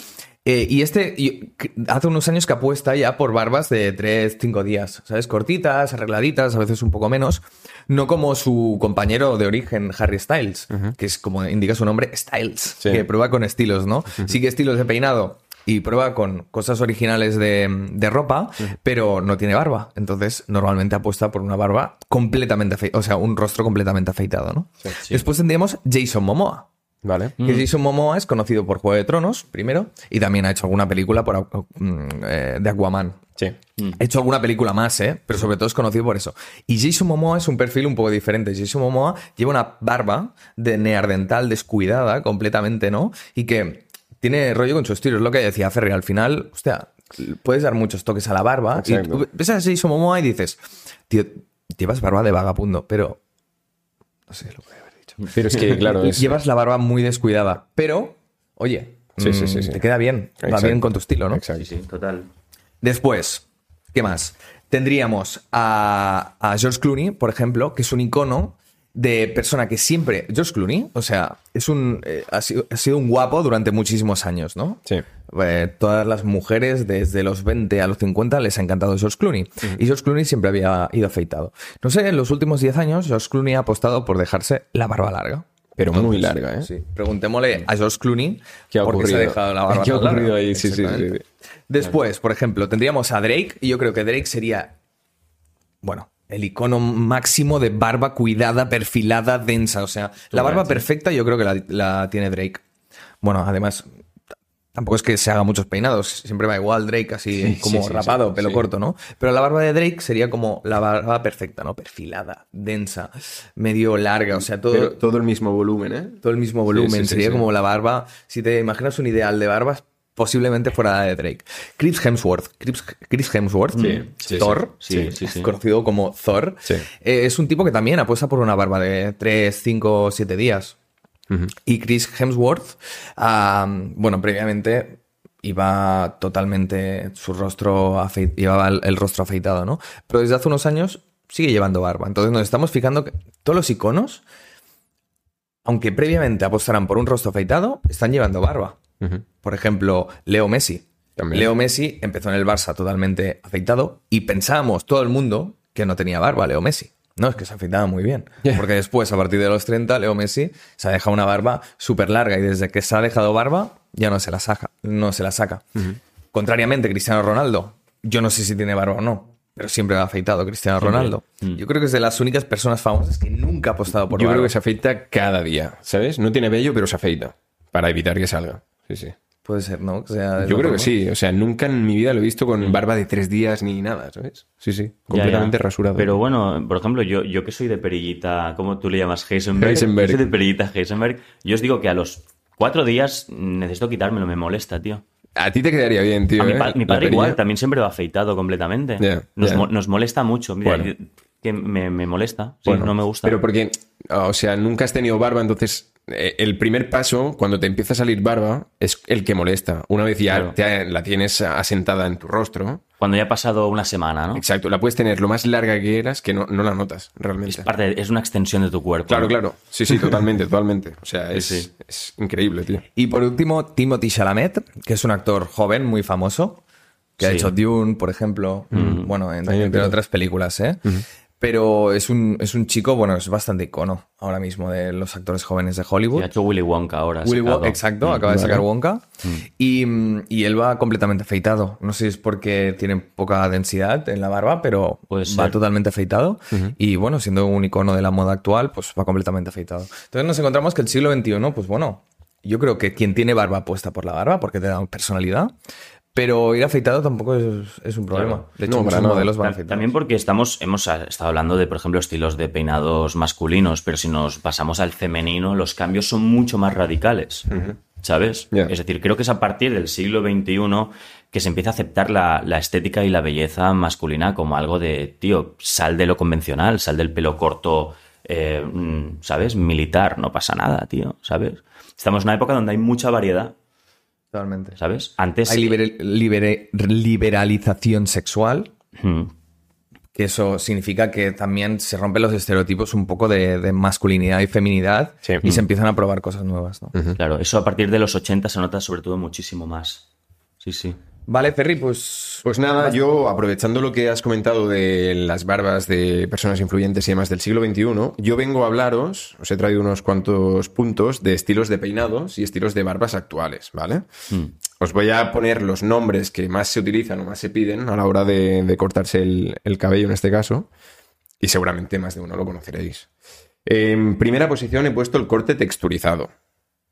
Speaker 1: Eh, y este y- que- hace unos años que apuesta ya por barbas de 3, 5 días, ¿sabes? Cortitas, arregladitas, a veces un poco menos. No como su compañero de origen, Harry Styles, que es como indica su nombre, Styles,
Speaker 3: Sí.
Speaker 1: que prueba con estilos, ¿no? Sigue estilos de peinado y prueba con cosas originales de, de ropa, pero no tiene barba. Entonces, normalmente apuesta por una barba completamente afeitada, o sea, un rostro completamente afeitado, ¿no?
Speaker 2: sí. Mm.
Speaker 1: Después tendríamos Jason Momoa.
Speaker 3: Vale.
Speaker 1: Que Jason Momoa es conocido por Juego de Tronos, primero, y también ha hecho alguna película por, Aqu- mm, eh, de Aquaman.
Speaker 3: Sí.
Speaker 1: Ha hecho alguna película más, ¿eh? pero sobre todo es conocido por eso. Y Jason Momoa es un perfil un poco diferente. Jason Momoa lleva una barba de neardental descuidada completamente, ¿no? Y que tiene rollo con sus tiros. Es lo que decía Ferry. Al final, hostia, puedes dar muchos toques a la barba. Y
Speaker 3: Exacto.
Speaker 1: tú ves a Jason Momoa y dices, tío, llevas barba de vagabundo, pero... No sé lo que haber dicho.
Speaker 3: Pero es que, claro,
Speaker 1: Y
Speaker 3: es.
Speaker 1: Llevas la barba muy descuidada, pero, oye,
Speaker 3: Sí,
Speaker 1: mm,
Speaker 3: sí, sí, sí.
Speaker 1: te queda bien, va
Speaker 3: Exacto.
Speaker 1: bien con tu estilo, ¿no?
Speaker 3: Exacto.
Speaker 2: Sí, sí, total.
Speaker 1: Después, ¿qué más? Tendríamos a, a George Clooney, por ejemplo, que es un icono de persona que siempre. George Clooney, o sea, es un, eh, ha, sido, ha sido un guapo durante muchísimos años, ¿no?
Speaker 3: Sí.
Speaker 1: Eh, todas las mujeres desde los 20 a los 50 les ha encantado George Clooney. Y George Clooney siempre había ido afeitado. No sé, en los últimos 10 años, George Clooney ha apostado por dejarse la barba larga.
Speaker 3: Pero muy larga, ¿eh?
Speaker 1: Sí. Preguntémosle a George Clooney
Speaker 3: ¿Qué ha
Speaker 1: por qué se
Speaker 3: ocurrido?
Speaker 1: ha dejado la barba
Speaker 3: ¿Qué ha
Speaker 1: tan larga.
Speaker 3: ocurrido ahí? Sí, sí, sí,
Speaker 1: Exactamente.
Speaker 3: sí.
Speaker 1: Después, por ejemplo, tendríamos a Drake y yo creo que Drake sería, bueno, el icono máximo de barba cuidada, perfilada, densa. O sea, la barba perfecta yo creo que la, la tiene Drake. Bueno, además, t- tampoco es que se haga muchos peinados, siempre va igual Drake así eh,
Speaker 3: Sí,
Speaker 1: como
Speaker 3: sí, sí,
Speaker 1: rapado,
Speaker 3: sí,
Speaker 1: pelo
Speaker 3: sí.
Speaker 1: corto, ¿no? Pero la barba de Drake sería como la barba perfecta, ¿no? Perfilada, densa, medio larga, o sea, todo...
Speaker 3: Pero todo el mismo volumen, ¿eh?
Speaker 1: Todo el mismo volumen.
Speaker 3: Sí, sí, sí,
Speaker 1: Sería
Speaker 3: sí.
Speaker 1: como la barba. Si te imaginas un ideal de barbas, posiblemente fuera la de Drake. Chris Hemsworth. Chris, Chris Hemsworth.
Speaker 3: sí,
Speaker 1: Thor.
Speaker 2: sí, sí, sí.
Speaker 1: Conocido como Thor.
Speaker 3: Sí.
Speaker 1: eh, es un tipo que también apuesta por una barba de 3, 5, 7 días. Y Chris Hemsworth, ah, bueno, previamente iba totalmente su rostro afei- llevaba el, el rostro afeitado, ¿no? Pero desde hace unos años sigue llevando barba. Entonces nos estamos fijando que todos los iconos aunque previamente apostaran por un rostro afeitado, están llevando barba.
Speaker 3: Ujú.
Speaker 1: Por ejemplo, Leo Messi.
Speaker 3: También.
Speaker 1: Leo Messi empezó en el Barça totalmente afeitado y pensábamos todo el mundo que no tenía barba Leo Messi. No, es que se afeitaba muy bien.
Speaker 3: Ya.
Speaker 1: Porque después, a partir de los 30, Leo Messi se ha dejado una barba súper larga y desde que se ha dejado barba ya no se la saca. No se la saca. Contrariamente, Cristiano Ronaldo. Yo no sé si tiene barba o no, pero siempre ha afeitado Cristiano Ronaldo. Yo creo que es de las únicas personas famosas que nunca ha apostado por
Speaker 3: Mm. Yo
Speaker 1: barba.
Speaker 3: creo que se afeita cada día, ¿sabes? No tiene vello, pero se afeita. Para evitar que salga. Sí, sí.
Speaker 1: Puede ser, ¿no? Que sea de
Speaker 3: Yo
Speaker 1: lo
Speaker 3: creo
Speaker 1: mismo.
Speaker 3: que sí. O sea, nunca en mi vida lo he visto con barba de tres días ni nada, ¿sabes? Sí, sí.
Speaker 2: Mm. Ya,
Speaker 3: Completamente
Speaker 2: ya.
Speaker 3: rasurado.
Speaker 2: Pero bueno, por ejemplo, yo, yo que soy de perillita, ¿cómo tú le llamas? Heisenberg.
Speaker 3: Heisenberg.
Speaker 2: Yo soy de perillita Heisenberg. Yo os digo que a los cuatro días necesito quitármelo, me molesta, tío.
Speaker 3: A ti te quedaría bien, tío.
Speaker 2: A mi,
Speaker 3: ¿eh?
Speaker 2: pa- mi
Speaker 3: La
Speaker 2: padre
Speaker 3: perilla.
Speaker 2: igual, también siempre va afeitado completamente.
Speaker 3: Ya,
Speaker 2: nos,
Speaker 3: ya.
Speaker 2: mo- nos molesta mucho. Mira,
Speaker 3: Bueno.
Speaker 2: que me, me molesta, sí,
Speaker 3: Bueno,
Speaker 2: no me gusta.
Speaker 3: Pero porque, o sea, nunca has tenido barba, entonces eh, el primer paso, cuando te empieza a salir barba, es el que molesta. Una vez ya
Speaker 2: Claro.
Speaker 3: te- la tienes asentada en tu rostro,
Speaker 2: Cuando ya ha pasado una semana, ¿no?
Speaker 3: exacto, la puedes tener lo más larga que quieras que no, no la notas realmente.
Speaker 2: Parte, es una extensión de tu cuerpo.
Speaker 3: Claro,
Speaker 2: ¿no?
Speaker 3: claro. Sí, sí, totalmente, totalmente. O sea, es,
Speaker 2: Sí, sí.
Speaker 3: es increíble, tío.
Speaker 1: Y por último, Timothy Chalamet, que es un actor joven, muy famoso, que ha
Speaker 2: Sí.
Speaker 1: hecho Dune, por ejemplo, bueno, en-
Speaker 3: Ahí me
Speaker 1: entre
Speaker 3: quedo.
Speaker 1: otras películas, ¿eh? Pero es un, es un chico, bueno, es bastante icono ahora mismo de los actores jóvenes de
Speaker 2: Y
Speaker 1: Hollywood.
Speaker 2: ha hecho Willy Wonka ahora. ha
Speaker 1: Willy Wonka,
Speaker 2: sacado. Mm,
Speaker 1: exacto, acaba de sacar Wonka. Y, mm, y él va completamente afeitado. No sé si es porque tiene poca densidad en la barba, pero
Speaker 2: Puede
Speaker 1: va
Speaker 2: ser.
Speaker 1: totalmente afeitado. Y bueno, siendo un icono de la moda actual, pues va completamente afeitado. Entonces nos encontramos que el siglo XXI, pues bueno, yo creo que quien tiene barba puesta por la barba, porque te da personalidad, pero ir afeitado tampoco es, es un problema.
Speaker 2: Claro.
Speaker 1: De hecho,
Speaker 3: No,
Speaker 1: muchos
Speaker 3: para nada.
Speaker 1: modelos van
Speaker 2: Ta-
Speaker 1: afeitados.
Speaker 2: También porque estamos, hemos a- estado hablando de, por ejemplo, estilos de peinados masculinos, pero si nos pasamos al femenino, los cambios son mucho más radicales. ¿Sabes?
Speaker 3: Ya.
Speaker 2: Es decir, creo que es a partir del siglo XXI que se empieza a aceptar la, la estética y la belleza masculina como algo de, tío, sal de lo convencional, sal del pelo corto, eh, mm, ¿sabes? Militar, no pasa nada, tío, ¿sabes? Estamos en una época donde hay mucha variedad,
Speaker 1: Totalmente.
Speaker 2: ¿sabes? Antes...
Speaker 1: Hay libere- libere- liberalización sexual,
Speaker 2: Mm.
Speaker 1: que eso significa que también se rompen los estereotipos un poco de, de masculinidad y feminidad
Speaker 3: Sí. Mm.
Speaker 1: y se empiezan a probar cosas nuevas, ¿no?
Speaker 2: Claro, eso a partir de los 80 se nota sobre todo muchísimo más. Sí, sí.
Speaker 1: Vale, Ferry, pues.
Speaker 3: Pues nada, yo aprovechando lo que has comentado de las barbas de personas influyentes y demás del siglo XXI, yo vengo a hablaros, os he traído unos cuantos puntos de estilos de peinados y estilos de barbas actuales, ¿vale?
Speaker 2: Mm.
Speaker 3: Os voy a poner los nombres que más se utilizan o más se piden a la hora de, de cortarse el, el cabello en este caso, y seguramente más de uno lo conoceréis. En primera posición he puesto el corte texturizado,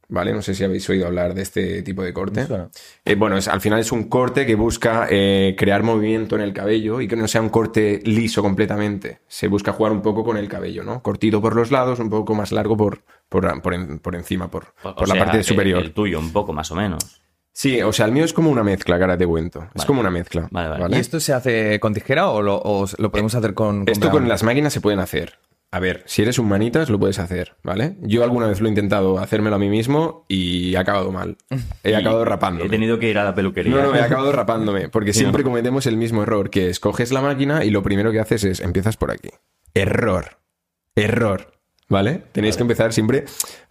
Speaker 3: ¿vale? No sé si habéis oído hablar de este tipo de corte.
Speaker 1: Me suena.
Speaker 3: Eh, bueno, es- al final es un corte que busca eh, crear movimiento en el cabello y que no sea un corte liso completamente. Se busca jugar un poco con el cabello, ¿no? Cortito por los lados, un poco más largo por, por, por en- por encima, por,
Speaker 2: O- o
Speaker 3: por la
Speaker 2: sea,
Speaker 3: parte
Speaker 2: el-
Speaker 3: superior.
Speaker 2: El, tuyo, un poco, más o menos.
Speaker 3: Sí, o sea, el mío es como una mezcla, cara te cuento. Es
Speaker 2: Vale.
Speaker 3: como una mezcla.
Speaker 2: Vale, vale.
Speaker 1: ¿Y esto se hace con tijera o lo, o lo podemos hacer con. con
Speaker 3: Esto
Speaker 1: brown?
Speaker 3: con las máquinas se pueden hacer. A ver, si eres un manitas, lo puedes hacer, ¿vale? Yo alguna vez lo he intentado hacérmelo a mí mismo y he acabado mal. He acabado rapando.
Speaker 2: He tenido que ir a la peluquería.
Speaker 3: No, no, me he acabado rapándome, porque siempre cometemos el mismo error, que es coges la máquina y lo primero que haces es empiezas por aquí. Error. Error. ¿Vale? Tenéis que empezar siempre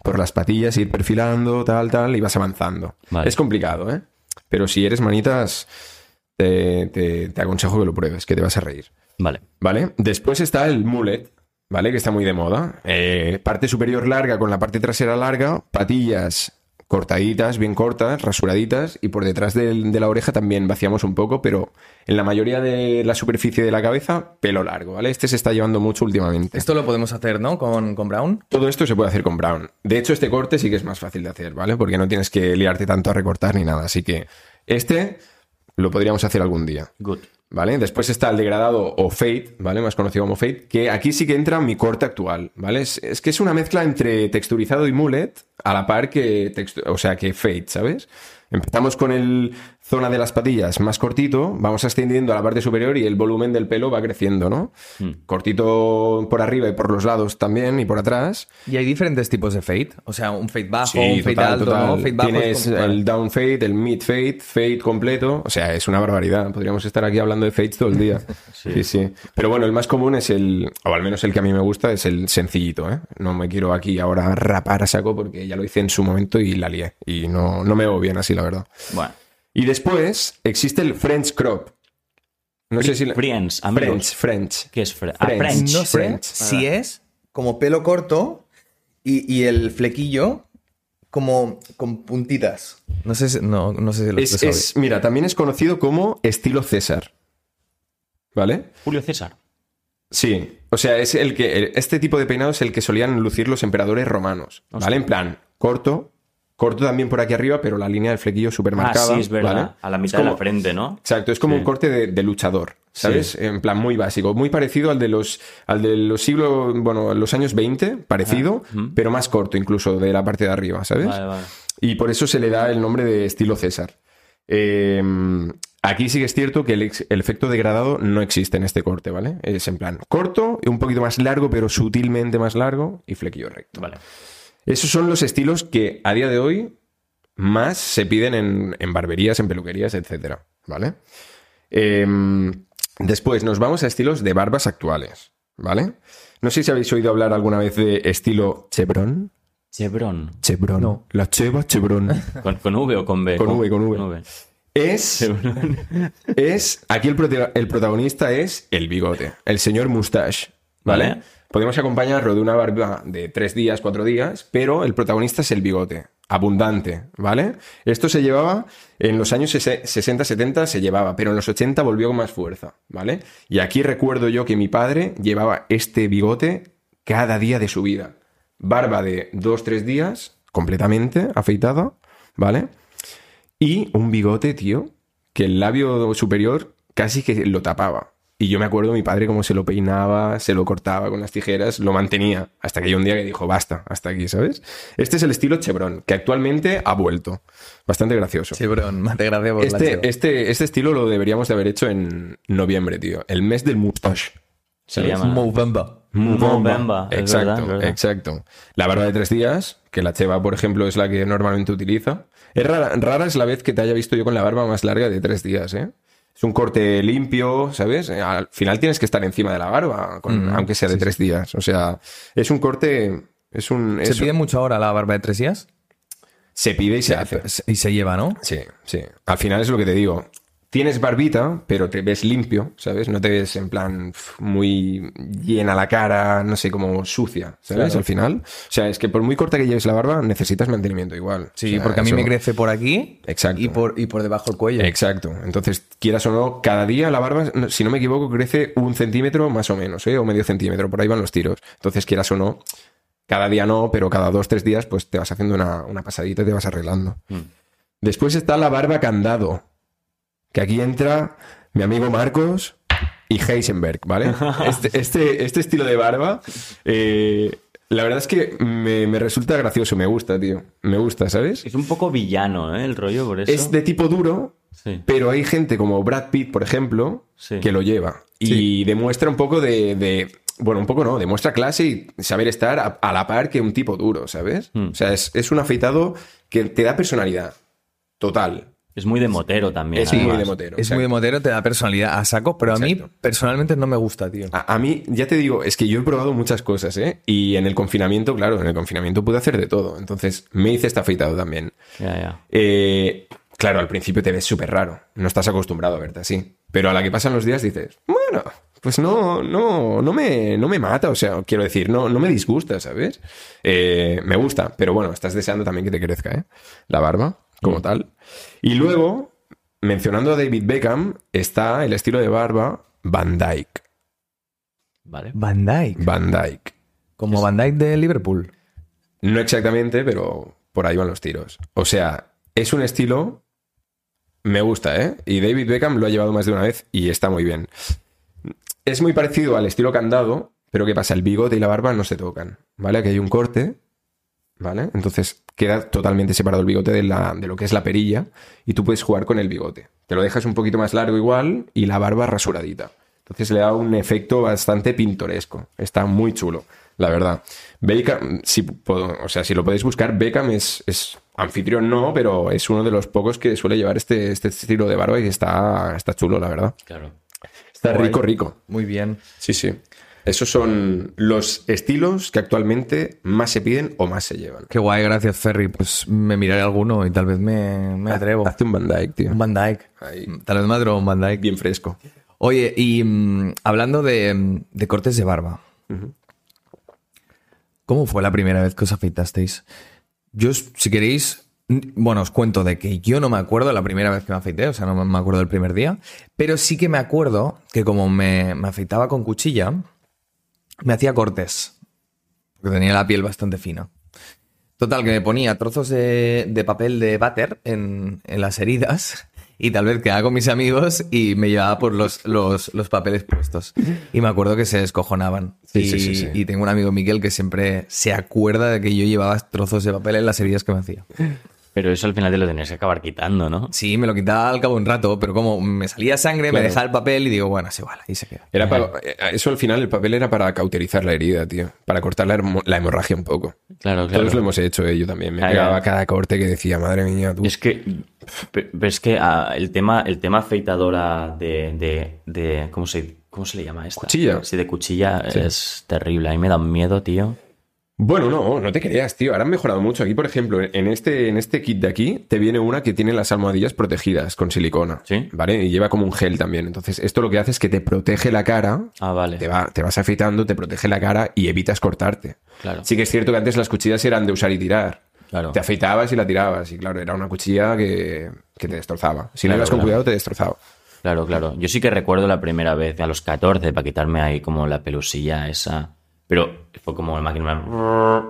Speaker 3: por las patillas, ir perfilando, tal, tal, y vas avanzando.
Speaker 2: Vale.
Speaker 3: Es complicado, ¿eh? Pero si eres manitas, te, te- te aconsejo que lo pruebes, que te vas a reír.
Speaker 2: Vale.
Speaker 3: ¿Vale? Después está el mullet, ¿vale? Que está muy de moda. Eh, parte superior larga con la parte trasera larga, patillas cortaditas, bien cortas, rasuraditas, y por detrás del- de, la oreja también vaciamos un poco, pero en la mayoría de la superficie de la cabeza, pelo largo, ¿vale? Este se está llevando mucho últimamente.
Speaker 1: Esto lo podemos hacer, ¿no? Con, con brown.
Speaker 3: Todo esto se puede hacer con Brown. De hecho, este corte sí que es más fácil de hacer, ¿vale? Porque no tienes que liarte tanto a recortar ni nada. Así que este lo podríamos hacer algún día.
Speaker 2: Good.
Speaker 3: ¿Vale? Después está el degradado o fade, ¿vale? Más conocido como fade, que aquí sí que entra mi corte actual, ¿vale? Es, es que es una mezcla entre texturizado y mullet a la par que, textu- o sea, que fade, ¿sabes? Empezamos con el zona de las patillas más cortito, vamos ascendiendo a la parte superior y el volumen del pelo va creciendo, ¿no?
Speaker 2: Mm.
Speaker 3: Cortito por arriba y por los lados también y por atrás.
Speaker 1: Y hay diferentes tipos de fade. O sea, un fade bajo,
Speaker 3: Sí,
Speaker 1: un fade
Speaker 3: total,
Speaker 1: alto,
Speaker 3: total.
Speaker 1: ¿no? Fade bajo.
Speaker 3: Tienes
Speaker 1: es como-
Speaker 3: el down fade, el mid fade, fade completo. O sea, es una barbaridad. Podríamos estar aquí hablando de fades todo el día.
Speaker 2: Sí.
Speaker 3: sí. sí, Pero bueno, el más común es el, o al menos el que a mí me gusta, es el sencillito. ¿eh? No me quiero aquí ahora rapar a saco porque ya lo hice en su momento y la lié. Y no, no me veo bien así, la verdad.
Speaker 2: Bueno.
Speaker 3: Y después existe el French crop. No sé si... la-
Speaker 2: Friends, amigos.
Speaker 3: French, French.
Speaker 2: ¿Qué es French? Ah,
Speaker 3: Friends.
Speaker 2: French.
Speaker 1: No sé
Speaker 3: French. Ah.
Speaker 1: si es como pelo corto y, y el flequillo como con puntitas. No sé si, no, no sé si lo he
Speaker 3: Es,
Speaker 1: expresado
Speaker 3: es- mira, también es conocido como estilo César. ¿Vale?
Speaker 2: Julio César.
Speaker 3: Sí, o sea, es el que el- este tipo de peinado es el que solían lucir los emperadores romanos, ¿vale?
Speaker 2: Hostia.
Speaker 3: En plan, corto, corto también por aquí arriba, pero la línea del flequillo súper marcada.
Speaker 2: ah, sí, es verdad.
Speaker 3: ¿vale?
Speaker 2: A la mitad
Speaker 3: Es
Speaker 2: de
Speaker 3: como-
Speaker 2: la frente, ¿no?
Speaker 3: Exacto, es como
Speaker 2: Sí.
Speaker 3: un corte de, de luchador, ¿sabes? En plan muy básico, muy parecido al de los al de los siglos, bueno, los años 20, parecido,
Speaker 2: Ah, ujú.
Speaker 3: pero más corto incluso de la parte de arriba, ¿sabes?
Speaker 2: Vale, vale.
Speaker 3: Y por eso se le da el nombre de estilo César. Eh, aquí sí que es cierto que el, ex- el efecto degradado no existe en este corte, ¿vale? Es en plan corto, un poquito más largo, pero sutilmente más largo y flequillo recto.
Speaker 2: Vale.
Speaker 3: Esos son los estilos que a día de hoy más se piden en, en barberías, en peluquerías, etcétera, ¿vale? Eh, después nos vamos a estilos de barbas actuales, ¿vale? No sé si habéis oído hablar alguna vez de estilo chevron.
Speaker 2: Chevron.
Speaker 3: Chevron.
Speaker 1: No.
Speaker 3: La cheva chevron.
Speaker 2: ¿Con, con V o con B?
Speaker 3: Con V, con V. Es, es aquí el, prote- el protagonista es el bigote, el señor mustache, ¿vale?
Speaker 2: Vale.
Speaker 3: Podemos acompañarlo de una barba de tres días, cuatro días, pero el protagonista es el bigote, abundante, ¿vale? Esto se llevaba en los años 60, 70 se llevaba, pero en los 80 volvió con más fuerza, ¿vale? Y aquí recuerdo yo que mi padre llevaba este bigote cada día de su vida. Barba de dos, tres días, completamente afeitada, ¿vale? Y un bigote, tío, que el labio superior casi que lo tapaba. Y yo me acuerdo mi padre cómo se lo peinaba, se lo cortaba con las tijeras, lo mantenía. Hasta que hay un día que dijo, basta, hasta aquí, ¿sabes? Este es el estilo chevron, que actualmente ha vuelto. Bastante gracioso.
Speaker 1: Chevron, mate, gracias por la cheva.
Speaker 3: Este, este, este estilo lo deberíamos de haber hecho en noviembre, tío. El mes del mustache.
Speaker 2: Se
Speaker 3: ¿Sabes?
Speaker 2: llama.
Speaker 1: Movember.
Speaker 2: Movember, es
Speaker 3: Exacto,
Speaker 2: verdad, es verdad.
Speaker 3: exacto. La barba de tres días, que la cheva, por ejemplo, es la que normalmente utiliza. Es rara, rara es la vez que te haya visto yo con la barba más larga de tres días, ¿eh? Es un corte limpio, ¿sabes? Eh, Al final tienes que estar encima de la barba, con-
Speaker 1: Mm,
Speaker 3: aunque sea de tres días. O sea, es un corte... Es un...
Speaker 1: ¿Se
Speaker 3: es-
Speaker 1: pide mucho ahora la barba de tres días?
Speaker 3: Se pide y se hace.
Speaker 1: Se- Y se lleva, ¿no?
Speaker 3: Sí, sí. Al final es lo que te digo. Tienes barbita, pero te ves limpio, ¿sabes? No te ves en plan pf, muy llena la cara, no sé, como sucia, ¿sabes?
Speaker 1: Claro.
Speaker 3: Al final. O sea, es que por muy corta que lleves la barba, necesitas mantenimiento igual.
Speaker 1: Sí,
Speaker 3: O sea,
Speaker 1: porque a mí
Speaker 3: eso-
Speaker 1: me crece por aquí
Speaker 3: Exacto.
Speaker 1: y por, y por debajo el cuello.
Speaker 3: Exacto. Entonces, quieras o no, cada día la barba, no- si no me equivoco, crece un centímetro más o menos, ¿eh? O medio centímetro, por ahí van los tiros. Entonces, quieras o no, cada día no, pero cada dos, tres días, pues te vas haciendo una, una pasadita y te vas arreglando. Después está la barba candado, que aquí entra mi amigo Marcos y Heisenberg, ¿vale? Este, este, este estilo de barba, eh, la verdad es que me, me resulta gracioso, me gusta, tío. Me gusta, ¿sabes?
Speaker 2: Es un poco villano, ¿eh? El rollo, por eso.
Speaker 3: Es de tipo duro,
Speaker 2: Sí.
Speaker 3: pero hay gente como Brad Pitt, por ejemplo,
Speaker 2: Sí.
Speaker 3: que lo lleva. Y demuestra un poco de, de- Bueno, un poco no, demuestra clase y saber estar a, a la par que un tipo duro, ¿sabes?
Speaker 2: Mm.
Speaker 3: O sea, es, es un afeitado que te da personalidad. Total.
Speaker 2: Es muy de motero también.
Speaker 3: es muy
Speaker 2: además.
Speaker 3: de motero.
Speaker 1: Es muy de
Speaker 3: exacto.
Speaker 1: motero, te da personalidad a saco, pero a mí
Speaker 3: Exacto.
Speaker 1: personalmente no me gusta, tío.
Speaker 3: A, a mí, ya te digo, es que yo he probado muchas cosas, ¿eh? Y en el confinamiento, claro, en el confinamiento pude hacer de todo. Entonces me hice este afeitado también.
Speaker 2: Ya, ya.
Speaker 3: Eh, claro, al principio te ves súper raro. No estás acostumbrado a verte así. Pero a la que pasan los días dices, bueno, pues no, no, no me, no me mata. O sea, quiero decir, no, no me disgusta, ¿sabes? Eh, me gusta, pero bueno, estás deseando también que te crezca, ¿eh? La barba, como tal. Y luego, mencionando a David Beckham, está el estilo de barba Van Dyke.
Speaker 2: Vale.
Speaker 1: Van Dyke.
Speaker 3: Van Dyke.
Speaker 1: Como Van Dyke de Liverpool.
Speaker 3: No exactamente, pero por ahí van los tiros. O sea, es un estilo. Me gusta, ¿eh? Y David Beckham lo ha llevado más de una vez y está muy bien. Es muy parecido al estilo candado, pero ¿qué pasa? El bigote y la barba no se tocan, ¿vale? Aquí hay un corte, ¿vale? Entonces queda totalmente separado el bigote de, la- de lo que es la perilla y tú puedes jugar con el bigote. Te lo dejas un poquito más largo igual y la barba rasuradita. Entonces le da un efecto bastante pintoresco. Está muy chulo, la verdad. Beckham, si, puedo- o sea, si lo podéis buscar, Beckham es, es anfitrión, no, pero es uno de los pocos que suele llevar este, este estilo de barba y está, está chulo, la verdad.
Speaker 2: Claro.
Speaker 3: Está
Speaker 1: Guay.
Speaker 3: rico, rico.
Speaker 1: Muy bien.
Speaker 3: Sí, sí. Esos son los estilos que actualmente más se piden o más se llevan.
Speaker 1: Qué guay, gracias, Ferry. Pues me miraré alguno y tal vez me, me atrevo.
Speaker 3: Hazte un Van Dyke, Ah, tío.
Speaker 1: Un Van Dyke.
Speaker 3: Ahí.
Speaker 1: Tal vez me atrevo a un Van Dyke.
Speaker 3: Bien fresco.
Speaker 1: Oye, y mm, hablando de, mm, de cortes de barba, ¿cómo fue la primera vez que os afeitasteis? Yo, os- si queréis, mm, bueno, os cuento de que yo no me acuerdo la primera vez que me afeité, o sea, no me- me acuerdo del primer día, pero sí que me acuerdo que como me, me afeitaba con cuchilla, me hacía cortes, porque tenía la piel bastante fina. Total, que me ponía trozos de, de papel de váter en, en las heridas y tal vez quedaba con mis amigos y me llevaba por los, los, los papeles puestos. Y me acuerdo que se descojonaban.
Speaker 3: Sí,
Speaker 1: y,
Speaker 3: sí, sí, sí.
Speaker 1: y tengo un amigo Miguel que siempre se acuerda de que yo llevaba trozos de papel en las heridas que me hacía.
Speaker 2: Pero eso al final te lo tenías que acabar quitando, ¿no?
Speaker 1: Sí, me lo quitaba al cabo de un rato, pero como me salía sangre, me
Speaker 3: Claro.
Speaker 1: dejaba el papel y digo, bueno, se vale, y se queda.
Speaker 3: Era para, eh, eso al final, el papel era para cauterizar la herida, tío. Para cortar la, hermo- la hemorragia un poco.
Speaker 2: Claro, claro.
Speaker 3: Todos lo hemos hecho, eh, yo también. Me
Speaker 2: Claro.
Speaker 3: pegaba cada corte que decía, madre mía, tú.
Speaker 2: Es que pe- pero es que ah, el tema, el tema afeitadora de, de, de- ¿cómo se cómo se le llama esta?
Speaker 3: Cuchilla.
Speaker 2: Sí, de cuchilla es terrible. A mí me da un miedo, tío.
Speaker 3: Bueno, no, no te creas, tío. Ahora han mejorado mucho. Aquí, por ejemplo, en este, en este kit de aquí, te viene una que tiene las almohadillas protegidas con silicona.
Speaker 2: Sí.
Speaker 3: ¿Vale? Y lleva como un gel también. Entonces, esto lo que hace es que te protege la cara.
Speaker 2: Ah, vale.
Speaker 3: Te, va- te vas afeitando, te protege la cara y evitas cortarte.
Speaker 2: Claro.
Speaker 3: Sí que es cierto que antes las cuchillas eran de usar y tirar.
Speaker 2: Claro.
Speaker 3: Te afeitabas y la tirabas. Y claro, era una cuchilla que, que te destrozaba. Si
Speaker 2: Claro,
Speaker 3: no ibas con
Speaker 2: claro.
Speaker 3: cuidado, te destrozaba.
Speaker 2: Claro, claro. Yo sí que recuerdo la primera vez, a los 14, para quitarme ahí como la pelusilla esa. Pero fue como el máquina.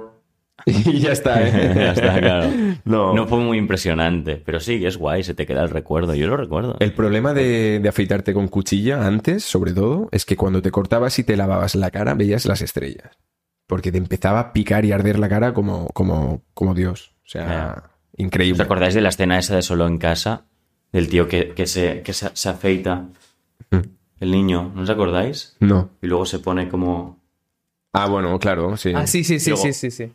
Speaker 3: y ya está, ¿eh?
Speaker 2: ya está, claro.
Speaker 3: No.
Speaker 2: fue muy impresionante. Pero sí, que es guay, se te queda el recuerdo. Yo lo recuerdo.
Speaker 3: El problema de, de afeitarte con cuchilla antes, sobre todo, es que cuando te cortabas y te lavabas la cara, veías las estrellas. Porque te empezaba a picar y arder la cara como, como, como Dios. O sea,
Speaker 2: Ya. ¿Os
Speaker 3: increíble.
Speaker 2: acordáis de la escena esa de Solo en casa? Del tío que, que se, que se, se afeita. El niño, ¿no os acordáis?
Speaker 3: Mm. No.
Speaker 2: Y luego se pone como...
Speaker 3: Ah, bueno, claro, sí. ¡Ah!
Speaker 1: Ah, sí, sí, sí,
Speaker 2: Luego-
Speaker 1: sí, sí, sí.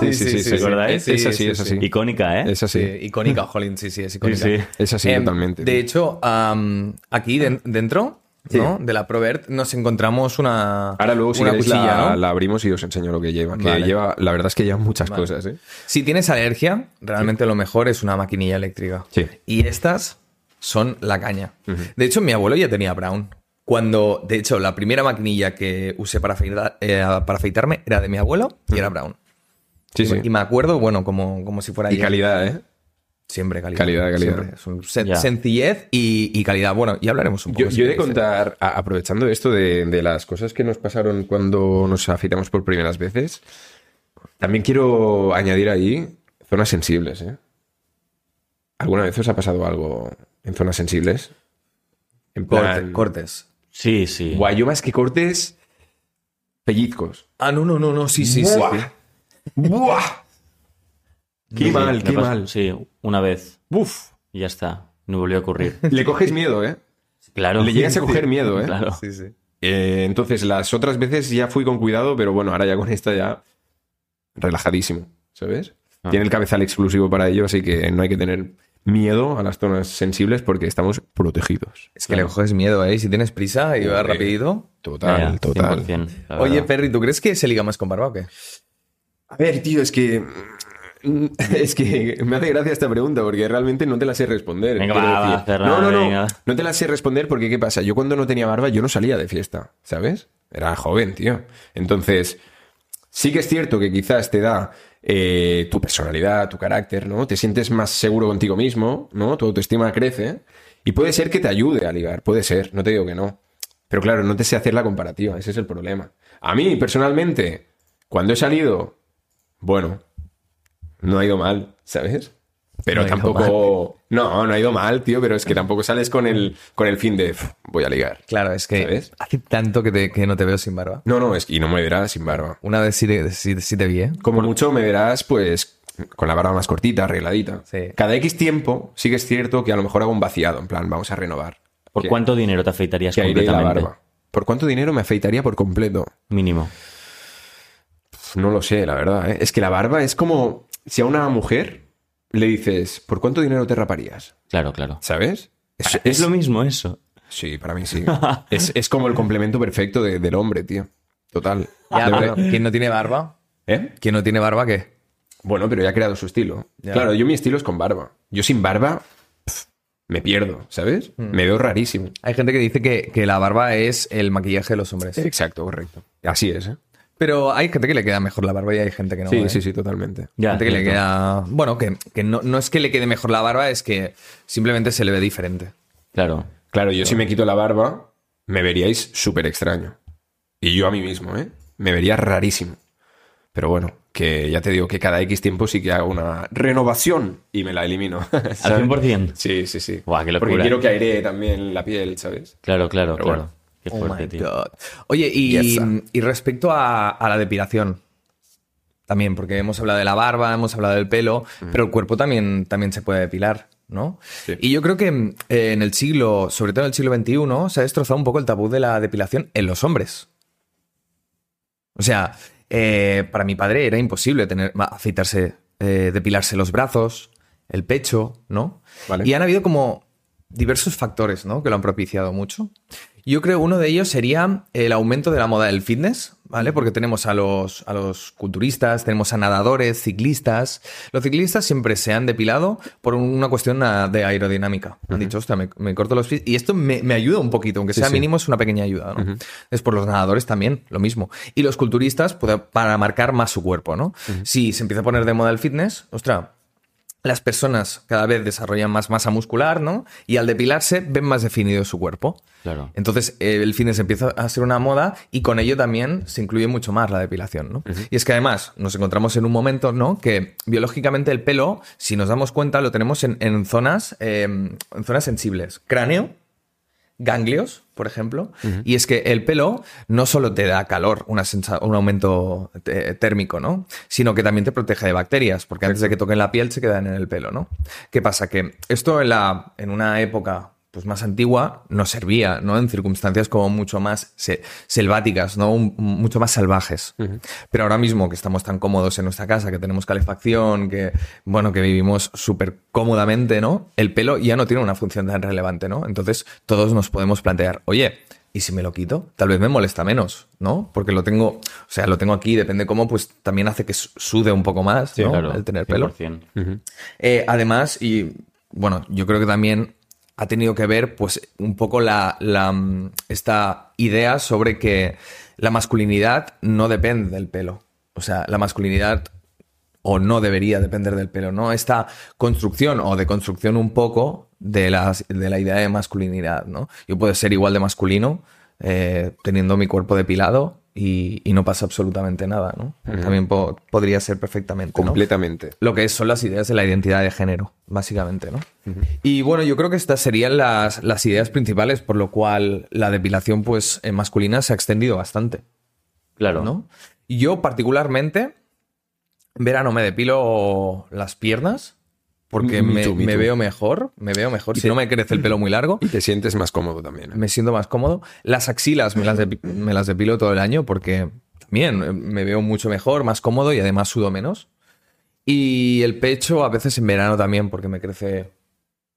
Speaker 3: Sí, sí, sí, sí, sí.
Speaker 2: ¿Os acordáis?
Speaker 1: Sí,
Speaker 3: Es así,
Speaker 1: sí,
Speaker 3: es
Speaker 1: sí.
Speaker 3: así.
Speaker 2: Icónica, ¿eh?
Speaker 3: Es así.
Speaker 1: Sí, icónica, jolín, sí, sí, es icónica.
Speaker 2: sí.
Speaker 3: Es así
Speaker 1: Em,
Speaker 3: totalmente.
Speaker 1: De hecho, am, aquí den- dentro ¿no? De la Provert nos encontramos una,
Speaker 3: Ahora luego si
Speaker 1: una
Speaker 3: queréis la,
Speaker 1: cuchilla, ¿no?
Speaker 3: la abrimos y os enseño lo que lleva. Que
Speaker 1: Vale.
Speaker 3: lleva, la verdad es que lleva muchas cosas, ¿eh?
Speaker 1: Si tienes alergia, realmente lo mejor es una maquinilla eléctrica.
Speaker 3: Sí.
Speaker 1: Y estas son la caña. De hecho, mi abuelo ya tenía Brown. Cuando, de hecho, la primera maquinilla que usé para, afeita- eh, para afeitarme era de mi abuelo y era Brown.
Speaker 3: Sí,
Speaker 1: y,
Speaker 3: sí.
Speaker 1: y me acuerdo, bueno, como, como si fuera
Speaker 3: Y
Speaker 1: ayer.
Speaker 3: calidad, ¿eh?
Speaker 1: Siempre calidad.
Speaker 3: Calidad, calidad.
Speaker 1: Siempre. Es un sen-
Speaker 2: Ya.
Speaker 1: Sencillez y, y calidad. Bueno, y hablaremos un poco.
Speaker 3: Yo,
Speaker 1: si
Speaker 3: yo he de
Speaker 1: queréis, ¿eh?
Speaker 3: contar, a- aprovechando esto de, de las cosas que nos pasaron cuando nos afeitamos por primeras veces, también quiero añadir ahí zonas sensibles. ¿eh? ¿Alguna vez os ha pasado algo en zonas sensibles? En
Speaker 1: ¿eh? Corte-
Speaker 3: plan,
Speaker 1: cortes.
Speaker 2: Sí, sí.
Speaker 3: Guay, yo más que cortes, pellizcos.
Speaker 1: Ah, no, no, no, no, sí, sí, sí.
Speaker 3: Buah. ¡Buah! ¡Qué
Speaker 2: Sí,
Speaker 3: mal,
Speaker 2: me
Speaker 3: qué
Speaker 2: pasó-
Speaker 3: mal!
Speaker 2: Sí, una vez.
Speaker 3: ¡Buf!
Speaker 2: Y ya está. No volvió a ocurrir.
Speaker 3: Le coges miedo, ¿eh?
Speaker 2: Claro.
Speaker 3: Le llegas a coger miedo, ¿eh?
Speaker 2: Claro.
Speaker 1: Sí, sí.
Speaker 3: Eh, entonces, las otras veces ya fui con cuidado, pero bueno, ahora ya con esta ya relajadísimo, ¿sabes?
Speaker 2: Ah.
Speaker 3: Tiene el cabezal exclusivo para ello, así que no hay que tener miedo a las zonas sensibles porque estamos protegidos.
Speaker 1: Es que le coges miedo, ¿eh? Y Si tienes prisa y vas
Speaker 3: Hombre.
Speaker 1: rapidito.
Speaker 2: Ya,
Speaker 3: Total,
Speaker 2: ya,
Speaker 3: total.
Speaker 2: 100%, la
Speaker 1: Oye,
Speaker 2: verdad.
Speaker 1: Perry, ¿tú crees que se liga más con barba o qué?
Speaker 3: A ver, tío, es que... mm, Es que me hace gracia esta pregunta porque realmente no te la sé responder.
Speaker 2: Venga,
Speaker 3: Quiero
Speaker 2: va, va,
Speaker 3: decir,
Speaker 2: cerrada,
Speaker 3: no, no, no.
Speaker 2: venga.
Speaker 3: No te la sé responder porque, ¿qué pasa? Yo cuando no tenía barba, yo no salía de fiesta, ¿sabes? Era joven, tío. Entonces, sí que es cierto que quizás te da eh, tu personalidad, tu carácter, ¿no? Te sientes más seguro contigo mismo, ¿no? Tu autoestima crece. Y puede ser que te ayude a ligar, puede ser, no te digo que no. Pero claro, no te sé hacer la comparativa, ese es el problema. A mí, personalmente, cuando he salido, bueno, no ha ido mal, ¿sabes? Pero
Speaker 1: No ha ido
Speaker 3: tampoco. No, no ha ido mal, tío, pero es que tampoco sales con el, con el fin de "Pf, voy a ligar.
Speaker 1: Claro, es que
Speaker 3: ¿Sabes?
Speaker 1: hace tanto que, te- que no te veo sin barba.
Speaker 3: No, no, es que y no me verás sin barba.
Speaker 1: Una vez sí te, sí- sí te vi, ¿eh?
Speaker 3: Como mucho me verás, pues, con la barba más cortita, arregladita.
Speaker 1: Sí.
Speaker 3: Cada X tiempo sí que es cierto que a lo mejor hago un vaciado, en plan, vamos a renovar.
Speaker 2: ¿Por
Speaker 3: Que-
Speaker 2: cuánto dinero te afeitarías
Speaker 3: que aire la
Speaker 2: completamente?
Speaker 3: barba. ¿Por cuánto dinero me afeitaría por completo?
Speaker 2: Mínimo.
Speaker 3: Pf, No lo sé, la verdad. ¿eh? Es que la barba es como si a una mujer le dices, ¿por cuánto dinero te raparías?
Speaker 2: Claro, claro.
Speaker 3: ¿Sabes? Es,
Speaker 2: Es
Speaker 3: es-
Speaker 2: lo mismo eso.
Speaker 3: Sí, para mí sí. es, es como el complemento perfecto de- del hombre, tío. Total.
Speaker 1: Ya,
Speaker 3: De
Speaker 1: pero
Speaker 3: verdad.
Speaker 1: ¿Quién no tiene barba?
Speaker 3: ¿Eh?
Speaker 1: ¿Quién no tiene barba qué?
Speaker 3: Bueno, pero ya ha creado su estilo.
Speaker 1: Ya.
Speaker 3: Claro, yo mi estilo es con barba. Yo sin barba pf, me pierdo, ¿sabes? Me veo rarísimo.
Speaker 1: Hay gente que dice que, que la barba es el maquillaje de los hombres.
Speaker 3: Exacto, correcto. Así es, ¿eh?
Speaker 1: Pero hay gente que le queda mejor la barba y hay gente que no.
Speaker 3: sí,
Speaker 1: ¿eh?
Speaker 3: sí, sí, totalmente.
Speaker 2: Ya,
Speaker 1: gente que le
Speaker 2: cierto.
Speaker 1: queda. Bueno, que, que no, no es que le quede mejor la barba, es que simplemente se le ve diferente.
Speaker 2: Claro.
Speaker 3: Claro, yo si me quito la barba, me veríais súper extraño. Y yo a mí mismo, ¿eh? Me vería rarísimo. Pero bueno, que ya te digo que cada X tiempo sí que hago una renovación y me la elimino. ¿sabes?
Speaker 2: Al 100%.
Speaker 3: Sí, sí, sí.
Speaker 2: Buah, qué locura. ¿eh?
Speaker 3: Porque quiero que airee también la piel, ¿sabes?
Speaker 2: Claro, claro,
Speaker 3: Pero
Speaker 2: claro.
Speaker 3: bueno.
Speaker 2: Qué
Speaker 1: Oh
Speaker 2: fuerte,
Speaker 1: my
Speaker 2: tío.
Speaker 1: God. Oye, y,
Speaker 3: Yes, sir.
Speaker 1: y respecto a, a la depilación, también, porque hemos hablado de la barba, hemos hablado del pelo, pero el cuerpo también, también se puede depilar, ¿no?
Speaker 3: Sí.
Speaker 1: Y yo creo que mm, eh, en el siglo, sobre todo en el siglo XXI, se ha destrozado un poco el tabú de la depilación en los hombres. O sea, eh, para mi padre era imposible tener, afeitarse, eh, depilarse los brazos, el pecho, ¿no?
Speaker 3: Vale.
Speaker 1: Y han habido como diversos factores, ¿no? Que lo han propiciado mucho. Yo creo uno de ellos sería el aumento de la moda del fitness, ¿vale? Porque tenemos a los, a los culturistas, tenemos a nadadores, ciclistas. Los ciclistas siempre se han depilado por una cuestión ah, de aerodinámica. Han dicho, hostia, me, me corto los pies. Y esto me, me ayuda un poquito, aunque sea
Speaker 3: sí.
Speaker 1: mínimo, es una pequeña ayuda, ¿no? Es por los nadadores también, lo mismo. Y los culturistas pues, para marcar más su cuerpo, ¿no? Si se empieza a poner de moda el fitness, ostras, las personas cada vez desarrollan más masa muscular, ¿no? Y al depilarse ven más definido su cuerpo.
Speaker 2: Claro.
Speaker 1: Entonces eh, el fitness empieza a ser una moda y con ello también se incluye mucho más la depilación, ¿no? Y es que además nos encontramos en un momento, ¿no? Que biológicamente el pelo, si nos damos cuenta, lo tenemos en, en zonas, eh, en zonas sensibles. Cráneo, ganglios, por ejemplo. Y es que el pelo no solo te da calor, una sensa- un aumento eh, térmico, ¿no? Sino que también te protege de bacterias, porque antes de que toquen la piel se quedan en el pelo, ¿no? ¿Qué pasa? Que esto en, la, en una época pues más antigua no servía, ¿no? En circunstancias como mucho más se- selváticas, ¿no? Un- mucho más salvajes. Pero ahora mismo que estamos tan cómodos en nuestra casa, que tenemos calefacción, que, bueno, que vivimos súper cómodamente, ¿no? El pelo ya no tiene una función tan relevante, ¿no? Entonces todos nos podemos plantear, oye, ¿Y si me lo quito? Tal vez me molesta menos, ¿no? Porque lo tengo, o sea, lo tengo aquí, depende cómo, pues también hace que su- sude un poco más, ¿no? El tener pelo.
Speaker 2: 100%.
Speaker 1: Eh, además, y bueno, yo creo que también ha tenido que ver, pues, un poco la, la, mm, esta idea sobre que la masculinidad no depende del pelo. O sea, la masculinidad o no debería depender del pelo, ¿no? Esta construcción o deconstrucción un poco de, las- de la idea de masculinidad, ¿no? Yo puedo ser igual de masculino eh, teniendo mi cuerpo depilado y, y no pasa absolutamente nada, ¿no? También po- podría ser perfectamente, ¿no?
Speaker 3: Completamente.
Speaker 1: lo que son las ideas de la identidad de género, básicamente, ¿no? Y bueno, yo creo que estas serían las, las ideas principales por lo cual la depilación pues eh, masculina se ha extendido bastante,
Speaker 2: Claro.
Speaker 1: ¿no? Y Yo particularmente, en verano me depilo las piernas porque
Speaker 3: Me
Speaker 1: me,
Speaker 3: too, me
Speaker 1: me
Speaker 3: too.
Speaker 1: veo mejor, me veo mejor, si
Speaker 3: te-
Speaker 1: no me crece el pelo muy largo.
Speaker 3: Y te sientes más cómodo también. ¿eh?
Speaker 1: Me siento más cómodo. Las axilas me las, depi- me las depilo todo el año porque también eh, me veo mucho mejor, más cómodo y además sudo menos. Y el pecho a veces en verano también porque me crece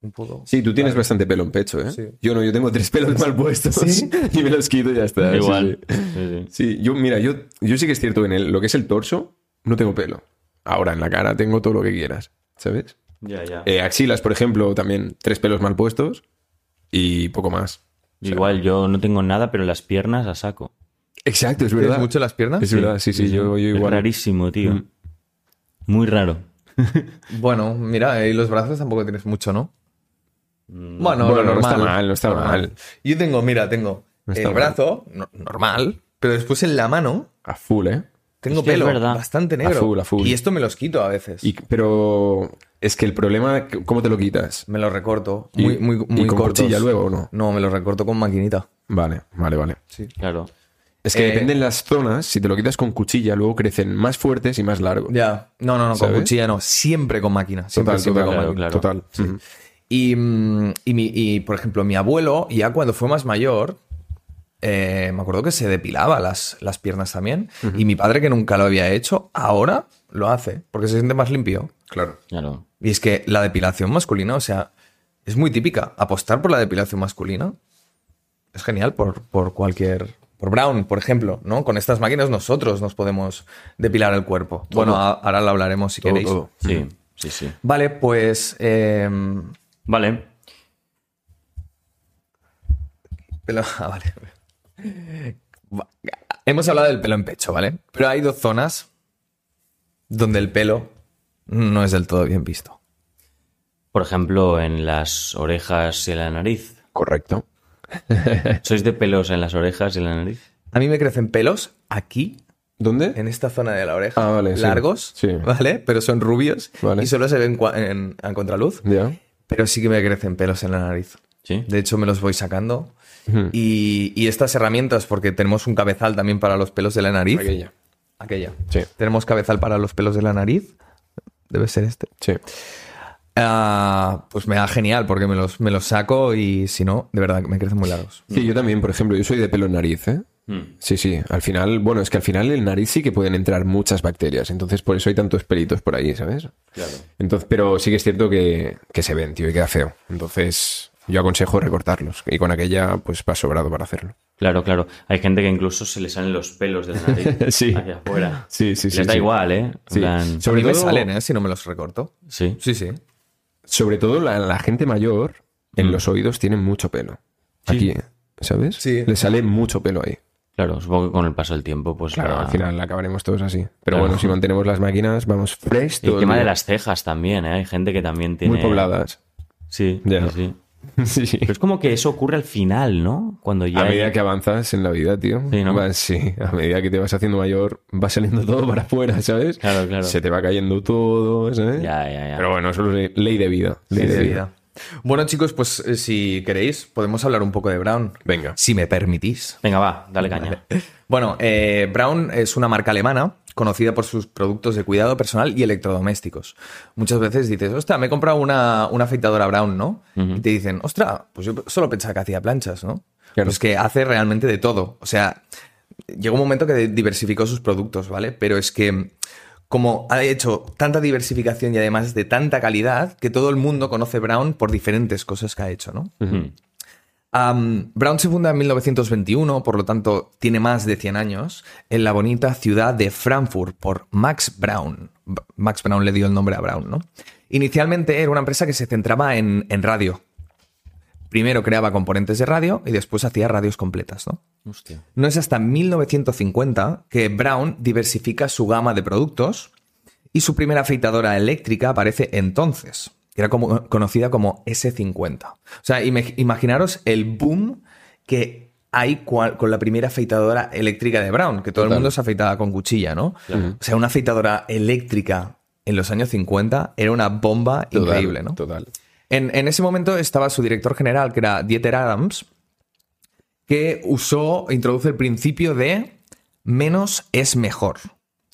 Speaker 1: un poco.
Speaker 3: Sí, tú tienes bastante pelo en pecho, ¿eh?
Speaker 1: Sí.
Speaker 3: Yo no, yo tengo tres pelos mal puestos y me los quito y ya está. sí,
Speaker 2: Igual.
Speaker 3: sí.
Speaker 2: Sí, sí.
Speaker 3: Sí, yo, mira, yo, yo sí que es cierto que en el- lo que es el torso, no tengo pelo. Ahora, en la cara tengo todo lo que quieras, ¿sabes?
Speaker 2: Ya, ya.
Speaker 3: Eh, axilas, por ejemplo, también tres pelos mal puestos y poco más.
Speaker 2: Igual, yo no tengo nada, pero las piernas a saco.
Speaker 3: Exacto, es
Speaker 1: ¿Tienes
Speaker 3: verdad.
Speaker 1: mucho las piernas?
Speaker 3: Es verdad, sí, sí, yo, yo
Speaker 2: Es
Speaker 3: igual. Mm.
Speaker 2: rarísimo, tío. Muy raro.
Speaker 1: Bueno, mira, eh, y los brazos tampoco tienes mucho, ¿no? Bueno,
Speaker 3: Mm, Bueno,
Speaker 1: lo
Speaker 3: no está
Speaker 1: normal.
Speaker 3: mal, no está mal.
Speaker 1: Yo tengo, mira, tengo
Speaker 3: No está
Speaker 1: el
Speaker 3: mal.
Speaker 1: brazo no- normal, pero después en la mano
Speaker 3: A full, ¿eh?
Speaker 1: tengo
Speaker 2: Hostia, es
Speaker 1: pelo
Speaker 2: verdad.
Speaker 1: bastante negro.
Speaker 3: full, a full.
Speaker 1: Y esto me los quito a veces.
Speaker 3: Y- pero es que el problema, ¿cómo te lo quitas?
Speaker 1: me los recorto.
Speaker 3: Y-
Speaker 1: Muy, muy,
Speaker 3: y
Speaker 1: muy
Speaker 3: con
Speaker 1: cortos.
Speaker 3: cuchilla luego, ¿o no?
Speaker 1: No, me los recorto con maquinita.
Speaker 3: Vale, vale, vale.
Speaker 2: Claro.
Speaker 3: Es que
Speaker 1: Eh,
Speaker 3: dependen las zonas. Si te lo quitas con cuchilla, luego crecen más fuertes y más largos.
Speaker 1: Ya. No, no, no,
Speaker 3: ¿Sabes?
Speaker 1: con cuchilla no. Siempre con máquina. Siempre,
Speaker 3: Total,
Speaker 1: siempre
Speaker 3: total,
Speaker 1: con
Speaker 2: claro,
Speaker 1: máquina.
Speaker 2: claro.
Speaker 3: Total. Ujú.
Speaker 1: Y, mm, y, mi- y, por ejemplo, mi abuelo, ya cuando fue más mayor, eh, me acuerdo que se depilaba las, las piernas también. Y mi padre, que nunca lo había hecho, ahora lo hace porque se siente más limpio.
Speaker 3: Claro.
Speaker 2: Claro.
Speaker 1: Y es que la depilación masculina, o sea, es muy típica. Apostar por la depilación masculina es genial por, por cualquier. Por Brown, por ejemplo, ¿no? Con estas máquinas nosotros nos podemos depilar el cuerpo. Bueno, a- ahora lo hablaremos si
Speaker 3: Todo,
Speaker 1: queréis.
Speaker 3: todo.
Speaker 2: Oh, Sí, sí, sí.
Speaker 1: Vale, pues. eh,
Speaker 2: Vale.
Speaker 1: pelo- ah, vale. Va- Hemos hablado del pelo en pecho, ¿vale? Pero hay dos zonas donde el pelo no es del todo bien visto.
Speaker 2: Por ejemplo, en las orejas y en la nariz.
Speaker 3: Correcto. Eh.
Speaker 2: ¿Sois de pelos en las orejas y en la nariz?
Speaker 1: A mí me crecen pelos aquí
Speaker 3: ¿Dónde?
Speaker 1: en esta zona de la oreja.
Speaker 3: Ah, vale, sí.
Speaker 1: Largos,
Speaker 3: Sí.
Speaker 1: ¿vale? Pero son rubios
Speaker 3: Vale.
Speaker 1: y solo se ven cua- en, a contraluz.
Speaker 3: Ya.
Speaker 1: Pero sí que me crecen pelos en la nariz.
Speaker 2: Sí.
Speaker 1: De hecho, me los voy sacando. Y, y estas herramientas, porque tenemos un cabezal también para los pelos de la nariz.
Speaker 3: Aquella.
Speaker 1: Aquella.
Speaker 3: Sí.
Speaker 1: Tenemos cabezal para los pelos de la nariz. Debe ser este.
Speaker 3: Sí.
Speaker 1: Ah, pues me da genial porque me los, me los saco y si no, de verdad que me crecen muy largos.
Speaker 3: Sí, yo también, por ejemplo, yo soy de pelo en nariz, ¿eh?
Speaker 2: Mm.
Speaker 3: Sí, sí. Al final, bueno, es que al final el nariz sí que pueden entrar muchas bacterias. Entonces, por eso hay tantos pelitos por ahí, ¿sabes?
Speaker 2: Claro.
Speaker 3: Entonces, pero sí que es cierto que, que se ven, tío, y queda feo. Entonces, yo aconsejo recortarlos. Y con aquella, pues, va sobrado para hacerlo.
Speaker 2: Claro, claro. Hay gente que incluso se le salen los pelos de la nariz
Speaker 3: Sí.
Speaker 2: hacia afuera.
Speaker 3: Sí, sí, sí,
Speaker 2: Les da
Speaker 3: sí.
Speaker 2: igual, ¿eh? En
Speaker 3: Sí.
Speaker 2: plan-
Speaker 1: Sobre
Speaker 3: Sobre
Speaker 1: me
Speaker 3: todo-
Speaker 1: salen, ¿eh? Si no me los recorto.
Speaker 2: sí.
Speaker 1: Sí, sí.
Speaker 3: Sobre todo la, la gente mayor, en
Speaker 2: Mm.
Speaker 3: los oídos tienen mucho pelo. Aquí, ¿sabes?
Speaker 1: Sí.
Speaker 3: Le sale mucho pelo ahí.
Speaker 2: Claro, supongo que con el paso del tiempo, pues.
Speaker 3: Claro,
Speaker 2: la-
Speaker 3: al final acabaremos todos así. Pero
Speaker 2: Claro.
Speaker 3: bueno, si mantenemos las máquinas, vamos fresh.
Speaker 2: Y el
Speaker 3: todo
Speaker 2: tema de
Speaker 3: día.
Speaker 2: las cejas también, ¿eh? Hay gente que también tiene.
Speaker 3: Muy pobladas.
Speaker 2: Sí,
Speaker 3: Ya.
Speaker 2: sí, sí.
Speaker 3: sí.
Speaker 2: Pero es como que eso ocurre al final, ¿no? Cuando ya.
Speaker 3: A
Speaker 2: hay-
Speaker 3: medida que avanzas en la vida, tío.
Speaker 2: Sí, ¿no?
Speaker 3: vas- sí, a medida que te vas haciendo mayor, va saliendo todo para afuera, ¿sabes?
Speaker 2: Claro, claro.
Speaker 3: Se te va cayendo todo, ¿sabes?
Speaker 2: Ya, ya, ya.
Speaker 3: Pero bueno, eso es ley- ley de vida. Ley
Speaker 1: Sí,
Speaker 3: de
Speaker 1: de
Speaker 3: vida.
Speaker 1: vida. Bueno, chicos, pues eh, si queréis, podemos hablar un poco de Brown.
Speaker 3: Venga.
Speaker 1: Si me permitís.
Speaker 2: Venga, va, dale caña.
Speaker 1: Bueno, eh, Brown es una marca alemana conocida por sus productos de cuidado personal y electrodomésticos. Muchas veces dices, ostra, me he comprado una, una afeitadora Brown, ¿no? Y te dicen, ostra, pues yo solo pensaba que hacía planchas, ¿no?
Speaker 3: Claro.
Speaker 1: Pues que hace realmente de todo. O sea, llegó un momento que diversificó sus productos, ¿vale? Pero es que como ha hecho tanta diversificación y además de tanta calidad, que todo el mundo conoce Brown por diferentes cosas que ha hecho, ¿no?
Speaker 2: Mm.
Speaker 1: Am, Brown se funda en 1921, por lo tanto tiene más de 100 años, en la bonita ciudad de Frankfurt por Max Brown. B- Max Brown le dio el nombre a Brown, ¿no? Inicialmente era una empresa que se centraba en, en radio. Primero creaba componentes de radio y después hacía radios completas, ¿no?
Speaker 2: Hostia.
Speaker 1: No es hasta 1950 que Brown diversifica su gama de productos y su primera afeitadora eléctrica aparece entonces, que era como- conocida como S50. O sea, ime- imaginaros el boom que hay cual- con la primera afeitadora eléctrica de Brown, que todo el
Speaker 3: Total.
Speaker 1: mundo se afeitaba con cuchilla, ¿no?
Speaker 2: Claro.
Speaker 1: O sea, una afeitadora eléctrica en los años 50 era una bomba
Speaker 3: Total,
Speaker 1: increíble, ¿no?
Speaker 3: Total.
Speaker 1: En, en ese momento estaba su director general, que era Dieter Adams, que usó, introduce el principio de menos es mejor,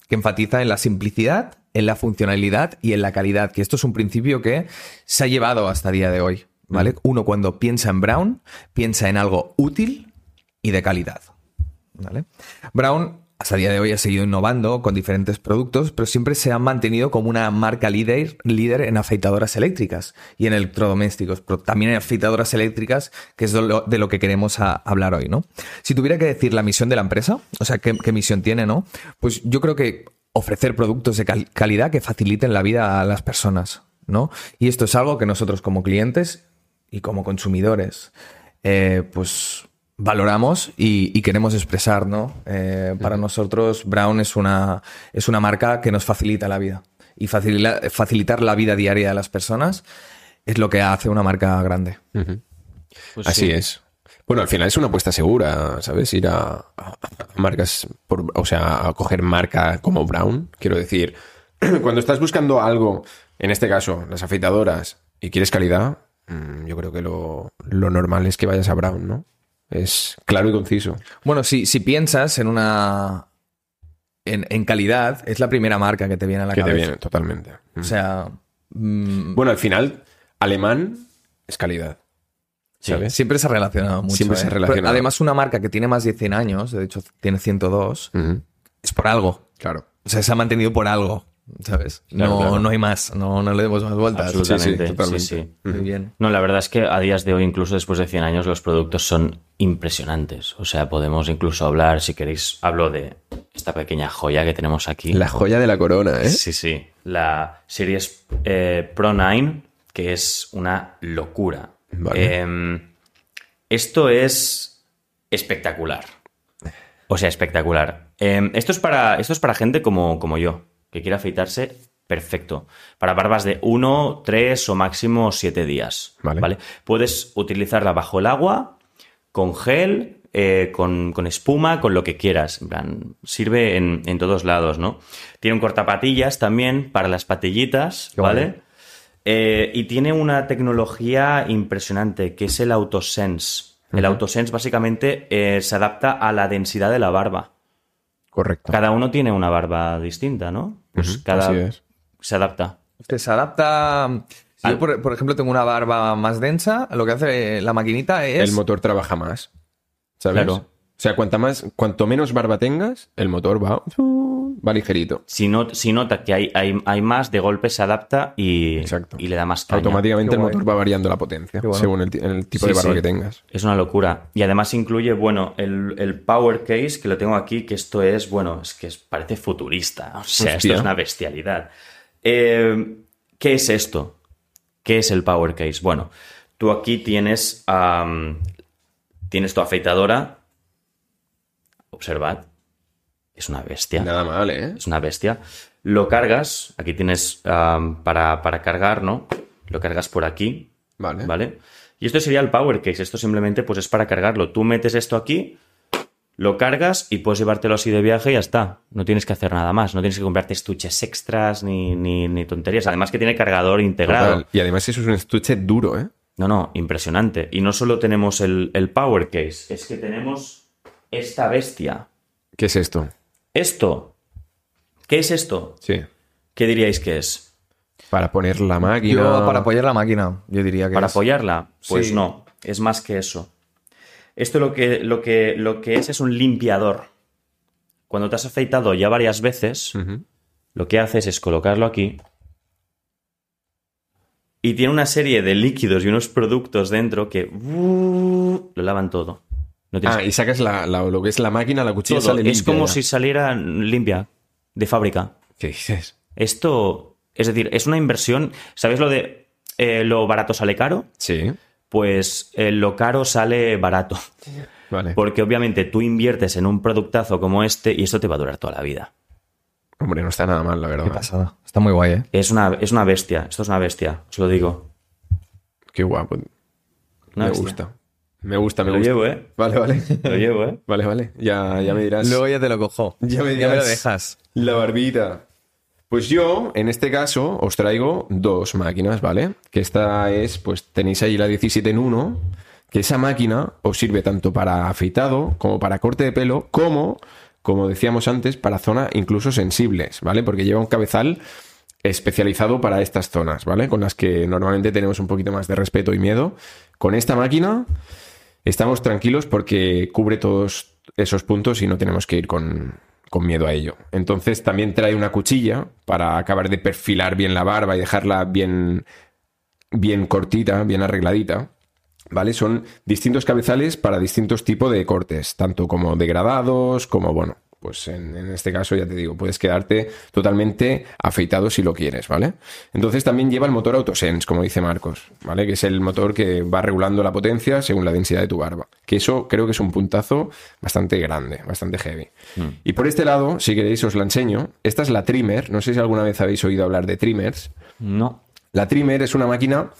Speaker 1: que enfatiza en la simplicidad, en la funcionalidad y en la calidad, que esto es un principio que se ha llevado hasta día de hoy, ¿vale? Uno cuando piensa en Brown, piensa en algo útil y de calidad, ¿vale? Brown hasta día de hoy ha seguido innovando con diferentes productos, pero siempre se ha mantenido como una marca líder, líder en afeitadoras eléctricas y en electrodomésticos, pero también en afeitadoras eléctricas, que es de lo, de lo que queremos a- hablar hoy, ¿no? Si tuviera que decir la misión de la empresa, o sea, qué, qué misión tiene, ¿no? Pues yo creo que ofrecer productos de cal- calidad que faciliten la vida a las personas, ¿no? Y esto es algo que nosotros como clientes y como consumidores, eh, pues valoramos y, y queremos expresar, ¿no? Eh, para nosotros, Brown es una, es una marca que nos facilita la vida. Y facilila- facilitar la vida diaria de las personas es lo que hace una marca grande.
Speaker 2: Pues
Speaker 3: Así
Speaker 2: sí.
Speaker 3: es. Bueno, al final es una apuesta segura, ¿sabes? Ir a, a marcas, por- o sea, a coger marca como Brown. Quiero decir, cuando estás buscando algo, en este caso, las afeitadoras, y quieres calidad, mm, yo creo que lo, lo normal es que vayas a Brown, ¿no? Es claro y conciso.
Speaker 1: Bueno, si, si piensas en una. En, en calidad, es la primera marca que te viene a la
Speaker 3: que te
Speaker 1: cabeza.
Speaker 3: viene, totalmente. Mm.
Speaker 1: O sea. mm,
Speaker 3: Bueno, al final, alemán es calidad.
Speaker 2: Sí.
Speaker 3: ¿Sabes?
Speaker 1: Siempre se ha relacionado mucho.
Speaker 3: Siempre se ha
Speaker 1: ¿eh? Pero
Speaker 3: relacionado.
Speaker 1: Además, una marca que tiene más de 100 años, de hecho tiene 102,
Speaker 3: Ujú.
Speaker 1: es por algo.
Speaker 3: Claro.
Speaker 1: O sea, se ha mantenido por algo, ¿sabes?
Speaker 2: Claro,
Speaker 1: no,
Speaker 2: claro.
Speaker 1: no hay más, no, no le demos más vueltas.
Speaker 2: Absolutamente.
Speaker 3: Sí, sí, totalmente.
Speaker 2: sí, sí.
Speaker 1: Muy bien.
Speaker 2: No, la verdad es que a días de hoy, incluso después de 100 años, los productos son impresionantes. O sea, podemos incluso hablar, si queréis, hablo de esta pequeña joya que tenemos aquí.
Speaker 3: La joya de la corona, ¿eh?
Speaker 2: Sí, sí. La Series eh, Pro 9, que es una locura.
Speaker 3: Vale.
Speaker 2: Eh, esto es espectacular. O sea, espectacular. Eh, esto, es para, esto es para gente como, como yo, que quiere afeitarse, perfecto. Para barbas de 1, 3 o máximo 7 días.
Speaker 3: Vale.
Speaker 2: Puedes utilizarla bajo el agua, con gel, eh, con, con espuma, con lo que quieras. En plan, sirve en, en todos lados, ¿no? Tiene un cortapatillas también para las patillitas,
Speaker 1: Qué
Speaker 2: ¿vale?
Speaker 1: guay.
Speaker 2: Eh, y tiene una tecnología impresionante, que es el autosense. El autosense básicamente eh, se adapta a la densidad de la barba.
Speaker 3: Correcto.
Speaker 2: Cada uno tiene una barba distinta, ¿no? Pues
Speaker 3: Ujú,
Speaker 2: cada
Speaker 3: así es.
Speaker 2: se adapta.
Speaker 1: Usted se adapta. Si yo, por, por ejemplo, tengo una barba más densa, lo que hace la maquinita es.
Speaker 3: el motor trabaja más. ¿Sabes?
Speaker 2: Claro.
Speaker 3: O sea, cuanta más, cuanto menos barba tengas, el motor va, va ligerito.
Speaker 2: Si, no, si nota que hay, hay, hay más, de golpe se adapta y,
Speaker 3: Exacto.
Speaker 2: y le da más caña.
Speaker 3: Automáticamente
Speaker 1: Qué
Speaker 3: el
Speaker 1: guay.
Speaker 3: motor va variando la potencia
Speaker 1: Qué bueno.
Speaker 3: según el, ti- el tipo
Speaker 2: Sí,
Speaker 3: de barba
Speaker 2: sí.
Speaker 3: que tengas.
Speaker 2: Es una locura. Y además incluye, bueno, el, el Power Case, que lo tengo aquí, que esto es, bueno, es que es- parece futurista. O sea, esto
Speaker 3: Hostia.
Speaker 2: es una bestialidad. Eh, ¿Qué es esto? ¿Qué es el Power Case? Bueno, tú aquí tienes, am, tienes tu afeitadora. Observad. Es una bestia
Speaker 3: Nada mal, ¿eh?
Speaker 2: es una bestia. Lo cargas, aquí tienes am, para, para cargar, ¿no? Lo cargas por aquí,
Speaker 3: Vale.
Speaker 2: ¿vale? Y esto sería el power case, esto simplemente pues es para cargarlo. Tú metes esto aquí, lo cargas y puedes llevártelo así de viaje y ya está. No tienes que hacer nada más, no tienes que comprarte estuches extras ni, ni- ni tonterías. Además que tiene cargador integrado.
Speaker 3: Total. Y además eso es un estuche duro, ¿eh?
Speaker 2: No, no, impresionante. Y no solo tenemos el, el power case, es que tenemos esta bestia.
Speaker 3: ¿Qué es esto?
Speaker 2: Esto. ¿Qué es esto?
Speaker 3: Sí.
Speaker 2: ¿Qué diríais que es?
Speaker 3: Para poner la máquina.
Speaker 1: Yo, para apoyar la máquina, yo diría que.
Speaker 2: ¿Para
Speaker 1: es.
Speaker 2: apoyarla? Pues
Speaker 1: Sí.
Speaker 2: no, es más que eso. Esto lo que, lo, que, lo que es es un limpiador. Cuando te has afeitado ya varias
Speaker 3: Mm.
Speaker 2: veces,
Speaker 3: Ujú.
Speaker 2: lo que haces es colocarlo aquí Y tiene una serie de líquidos y unos productos dentro que uh, lo lavan todo. No tienes
Speaker 3: Ah, y sacas la, la- lo que es la máquina, la
Speaker 2: todo.
Speaker 3: cuchilla sale
Speaker 2: Es
Speaker 3: limpia
Speaker 2: como
Speaker 3: ya.
Speaker 2: si saliera limpia, de fábrica.
Speaker 3: ¿Qué dices?
Speaker 2: Esto, es decir, es una inversión. ¿Sabéis lo de eh, lo barato sale caro?
Speaker 3: Sí.
Speaker 2: Pues eh, lo caro sale barato.
Speaker 3: Vale.
Speaker 2: Porque obviamente tú inviertes en un productazo como este y esto te va a durar toda la vida.
Speaker 3: Hombre, no está nada mal, la verdad.
Speaker 1: Qué pasada. Está muy guay, ¿eh?
Speaker 2: Es una, es una bestia, esto es una bestia, os lo digo.
Speaker 3: Qué guapo.
Speaker 2: Una
Speaker 3: me
Speaker 2: bestia.
Speaker 3: gusta. Me gusta, me
Speaker 2: Lo
Speaker 3: gusta.
Speaker 2: llevo, ¿eh?
Speaker 3: Vale, vale.
Speaker 2: Lo llevo, ¿eh?
Speaker 3: Vale, vale. Ya, ya me dirás.
Speaker 1: Luego ya te lo cojo.
Speaker 3: Ya me
Speaker 1: lo
Speaker 3: dirás.
Speaker 1: dejas.
Speaker 3: La barbita. Pues yo, en este caso, os traigo dos máquinas, ¿vale? Que esta es, pues tenéis ahí la 17 en 1, que esa máquina os sirve tanto para afeitado, como para corte de pelo, como, como decíamos antes, para zona incluso sensibles, ¿vale? Porque lleva un cabezal especializado para estas zonas, ¿vale? Con las que normalmente tenemos un poquito más de respeto y miedo. Con esta máquina estamos tranquilos porque cubre todos esos puntos y no tenemos que ir con, con miedo a ello. Entonces también trae una cuchilla para acabar de perfilar bien la barba y dejarla bien, bien cortita, bien arregladita. ¿Vale? Son distintos cabezales para distintos tipos de cortes, tanto como degradados, como bueno, pues en, en este caso ya te digo, puedes quedarte totalmente afeitado si lo quieres, ¿vale? Entonces también lleva el motor Autosense, como dice Marcos, ¿vale? Que es el motor que va regulando la potencia según la densidad de tu barba. Que eso creo que es un puntazo bastante grande, bastante heavy. Y por este lado, si queréis, os la enseño. Esta es la trimmer, no sé si alguna vez habéis oído hablar de trimmers.
Speaker 2: No.
Speaker 3: La trimmer es una máquina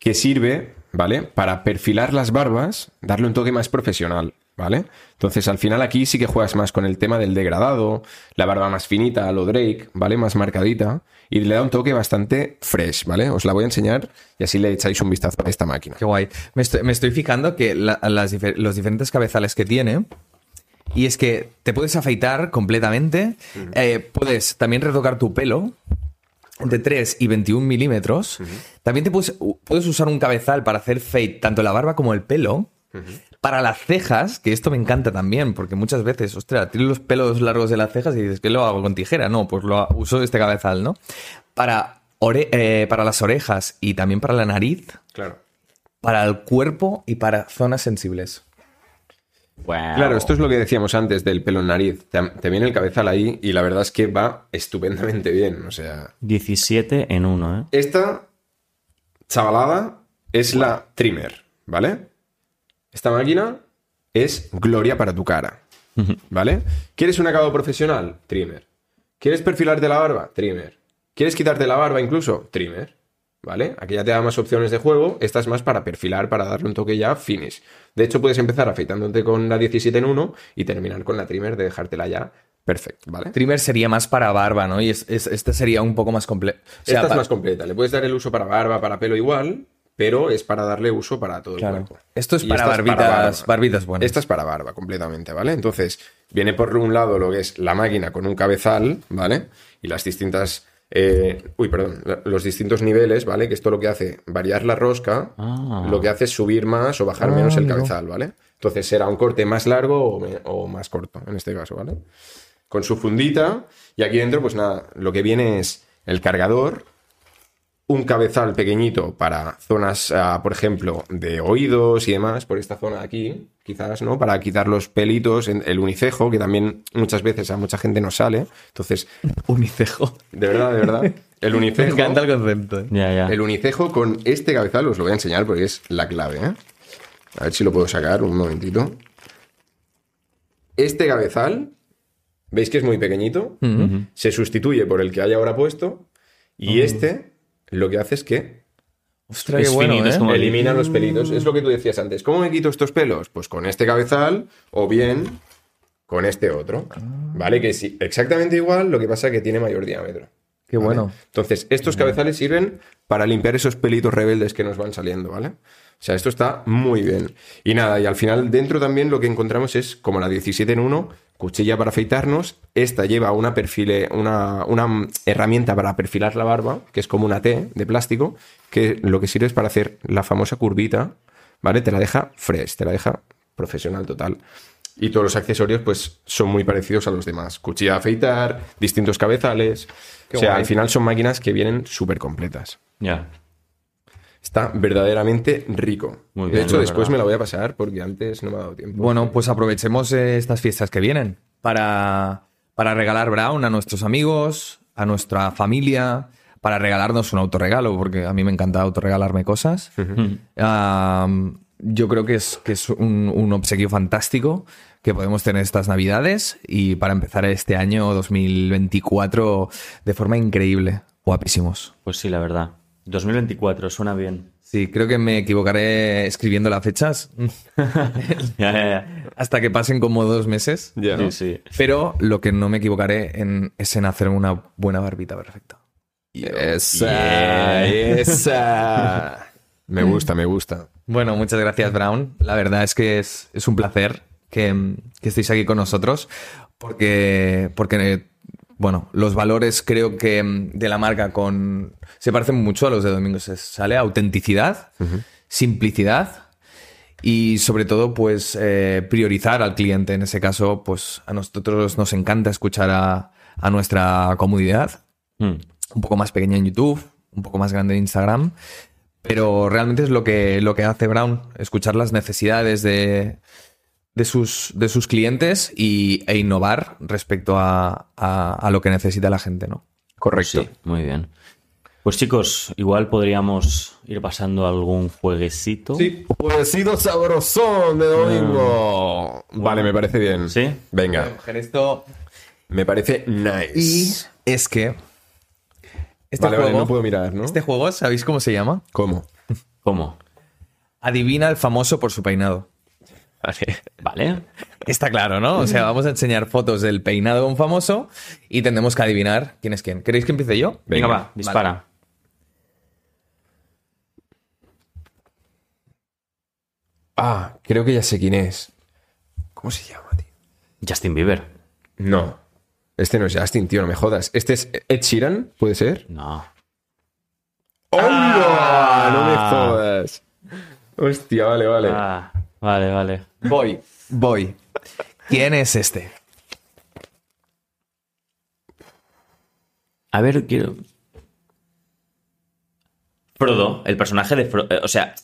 Speaker 3: que sirve, ¿vale? Para perfilar las barbas, darle un toque más profesional, ¿vale? Entonces, al final aquí sí que juegas más con el tema del degradado, la barba más finita, lo Drake, ¿vale? Más marcadita, y le da un toque bastante fresh, ¿vale? Os la voy a enseñar y así le echáis un vistazo a esta máquina.
Speaker 1: Qué guay. Me estoy, me estoy fijando que la- las difer- los diferentes cabezales que tiene. Y es que te puedes afeitar completamente. eh, puedes también retocar tu pelo de 3 y 21 milímetros. También te puedes, u- puedes usar un cabezal para hacer fade tanto la barba como el pelo. Para las cejas, que esto me encanta también, porque muchas veces, ostras, tienes los pelos largos de las cejas y dices, ¿qué lo hago con tijera? No, pues lo ha- uso este cabezal, ¿no? Para, ore- eh, para las orejas y también para la nariz,
Speaker 3: Claro.
Speaker 1: para el cuerpo y para zonas sensibles.
Speaker 3: Claro, esto es lo que decíamos antes del pelo en nariz. Te, te viene el cabezal ahí y la verdad es que va estupendamente bien, o sea...
Speaker 2: 17 en 1, ¿eh?
Speaker 3: Esta chavalada es la trimmer, ¿vale? Esta máquina es gloria para tu cara, ¿vale? ¿Quieres un acabado profesional? Trimmer. ¿Quieres perfilarte la barba? Trimmer. ¿Quieres quitarte la barba incluso? Trimmer. ¿Vale? Aquí ya te da más opciones de juego. Esta es más para perfilar, para darle un toque ya finish. De hecho, puedes empezar afeitándote con la 17 en 1 y terminar con la trimmer de dejártela ya perfecto, ¿vale?
Speaker 1: Trimmer sería más para barba, ¿no? Y es, es- esta sería un poco más completa.
Speaker 3: Esta es más completa. Le puedes dar el uso para barba, para pelo igual, pero es para darle uso para todo el cuerpo.
Speaker 1: Esto es
Speaker 3: Y
Speaker 1: para
Speaker 3: esta
Speaker 1: barbitas,
Speaker 3: barba.
Speaker 1: barbitas buenas.
Speaker 3: Esta es para barba, completamente, ¿vale? Entonces, viene por un lado lo que es la máquina con un cabezal, ¿vale? Y las distintas. eh, uy, perdón, la- los distintos niveles, ¿vale? Que esto lo que hace variar la rosca,
Speaker 2: Ah.
Speaker 3: lo que hace es subir más o bajar
Speaker 1: Ah,
Speaker 3: menos el
Speaker 1: amigo.
Speaker 3: cabezal, ¿vale? Entonces será un corte más largo o, me- o más corto, en este caso, ¿vale? Con su fundita, y aquí dentro, pues nada, lo que viene es el cargador, un cabezal pequeñito para zonas, ah, por ejemplo, de oídos y demás, por esta zona de aquí, quizás, ¿no? Para quitar los pelitos, en- el unicejo, que también muchas veces a mucha gente no sale. Entonces,
Speaker 1: Unicejo.
Speaker 3: de verdad, de verdad, el
Speaker 1: Me
Speaker 3: unicejo.
Speaker 1: encanta el concepto. ¿eh?
Speaker 2: Ya, ya.
Speaker 3: El unicejo con este cabezal os lo voy a enseñar porque es la clave, ¿eh? A ver si lo puedo sacar un momentito. Este cabezal, veis que es muy pequeñito, se sustituye por el que hay ahora puesto y este lo que hace es que
Speaker 1: Ostras,
Speaker 2: Es
Speaker 1: qué bueno,
Speaker 2: finito, es
Speaker 1: ¿eh?
Speaker 2: como-
Speaker 3: elimina los pelitos. Es lo que tú decías antes. ¿Cómo me quito estos pelos? Pues con este cabezal o bien con este otro, ¿vale? Que sí, exactamente igual, lo que pasa que tiene mayor diámetro.
Speaker 1: Qué
Speaker 3: ¿vale?
Speaker 1: bueno.
Speaker 3: Entonces, estos cabezales sirven para limpiar esos pelitos rebeldes que nos van saliendo, ¿vale? O sea, esto está muy bien. Y nada, y al final dentro también lo que encontramos es, como la 17 en 1, cuchilla para afeitarnos. Esta lleva una, perfile, una, una mm, herramienta para perfilar la barba, que es como una T de plástico, que lo que sirve es para hacer la famosa curvita, ¿vale? Te la deja fresh, te la deja profesional total. Y todos los accesorios, pues, son muy parecidos a los demás. Cuchilla de afeitar, distintos cabezales.
Speaker 1: Qué
Speaker 3: o sea,
Speaker 1: guay.
Speaker 3: al final son máquinas que vienen súper completas.
Speaker 2: Ya.
Speaker 3: Está verdaderamente rico.
Speaker 2: Muy
Speaker 3: de
Speaker 2: bien,
Speaker 3: hecho,
Speaker 2: la
Speaker 3: después
Speaker 2: verdad.
Speaker 3: me la voy a pasar porque antes no me ha dado tiempo.
Speaker 1: Bueno, pues aprovechemos eh, estas fiestas que vienen para, para regalar Brown a nuestros amigos, a nuestra familia, para regalarnos un autorregalo, porque a mí me encanta autorregalarme cosas. Am, yo creo que es, que es un, un obsequio fantástico que podemos tener estas navidades y para empezar este año 2024 de forma increíble. Guapísimos.
Speaker 2: Pues sí, la verdad. 2024, suena bien.
Speaker 1: Sí, creo que me equivocaré escribiendo las fechas
Speaker 2: Ya, ya, ya.
Speaker 1: hasta que pasen como dos meses.
Speaker 3: Ya.
Speaker 2: Sí, sí.
Speaker 1: Pero lo que no me equivocaré en, es en hacerme una buena barbita perfecta.
Speaker 3: Esa, esa. Me gusta, me gusta.
Speaker 1: Bueno, muchas gracias, Brown. La verdad es que es, es un placer que, que estéis aquí con nosotros porque, porque, bueno, los valores creo que mm, de la marca con, se parecen mucho a los de Domingo Se Sale. Autenticidad, simplicidad y sobre todo, pues, eh, priorizar al cliente. En ese caso, pues, a nosotros nos encanta escuchar a, a nuestra comunidad
Speaker 2: Mm.
Speaker 1: un poco más pequeña en YouTube, un poco más grande en Instagram. Pero realmente es lo que, lo que hace Brown, escuchar las necesidades de, de sus, de sus clientes y, e innovar respecto a, a- a lo que necesita la gente, ¿no?
Speaker 3: Correcto.
Speaker 2: Sí, muy bien. Pues chicos, igual podríamos ir pasando algún jueguecito.
Speaker 3: Puecido sabrosón de domingo. Vale, me parece bien.
Speaker 2: Mm. ¿Sí?
Speaker 3: Venga,
Speaker 1: esto
Speaker 3: me parece nice.
Speaker 1: y es que este
Speaker 3: vale,
Speaker 1: juego,
Speaker 3: vale, no puedo mirar, ¿no?
Speaker 1: este juego, ¿sabéis cómo se llama?
Speaker 3: ¿Cómo?
Speaker 2: ¿Cómo?
Speaker 1: Adivina al famoso por su peinado.
Speaker 2: ¿Vale?
Speaker 1: Está claro, ¿no? O sea, vamos a enseñar fotos del peinado de un famoso y tendremos que adivinar quién es quién. ¿Queréis que empiece yo?
Speaker 2: Venga,
Speaker 3: Venga.
Speaker 2: va, dispara.
Speaker 3: Ah, creo que ya sé quién es. ¿Cómo se llama, tío?
Speaker 2: Justin Bieber.
Speaker 3: No. Este no es Justin, tío, no me jodas. Este es Ed Sheeran, ¿puede ser?
Speaker 2: No.
Speaker 3: ¡Hola! No me jodas. Hostia, vale, vale.
Speaker 2: Ah, vale, vale.
Speaker 1: Voy, voy. ¿Quién es este?
Speaker 2: A ver, quiero. Frodo, el personaje de Frodo. O sea,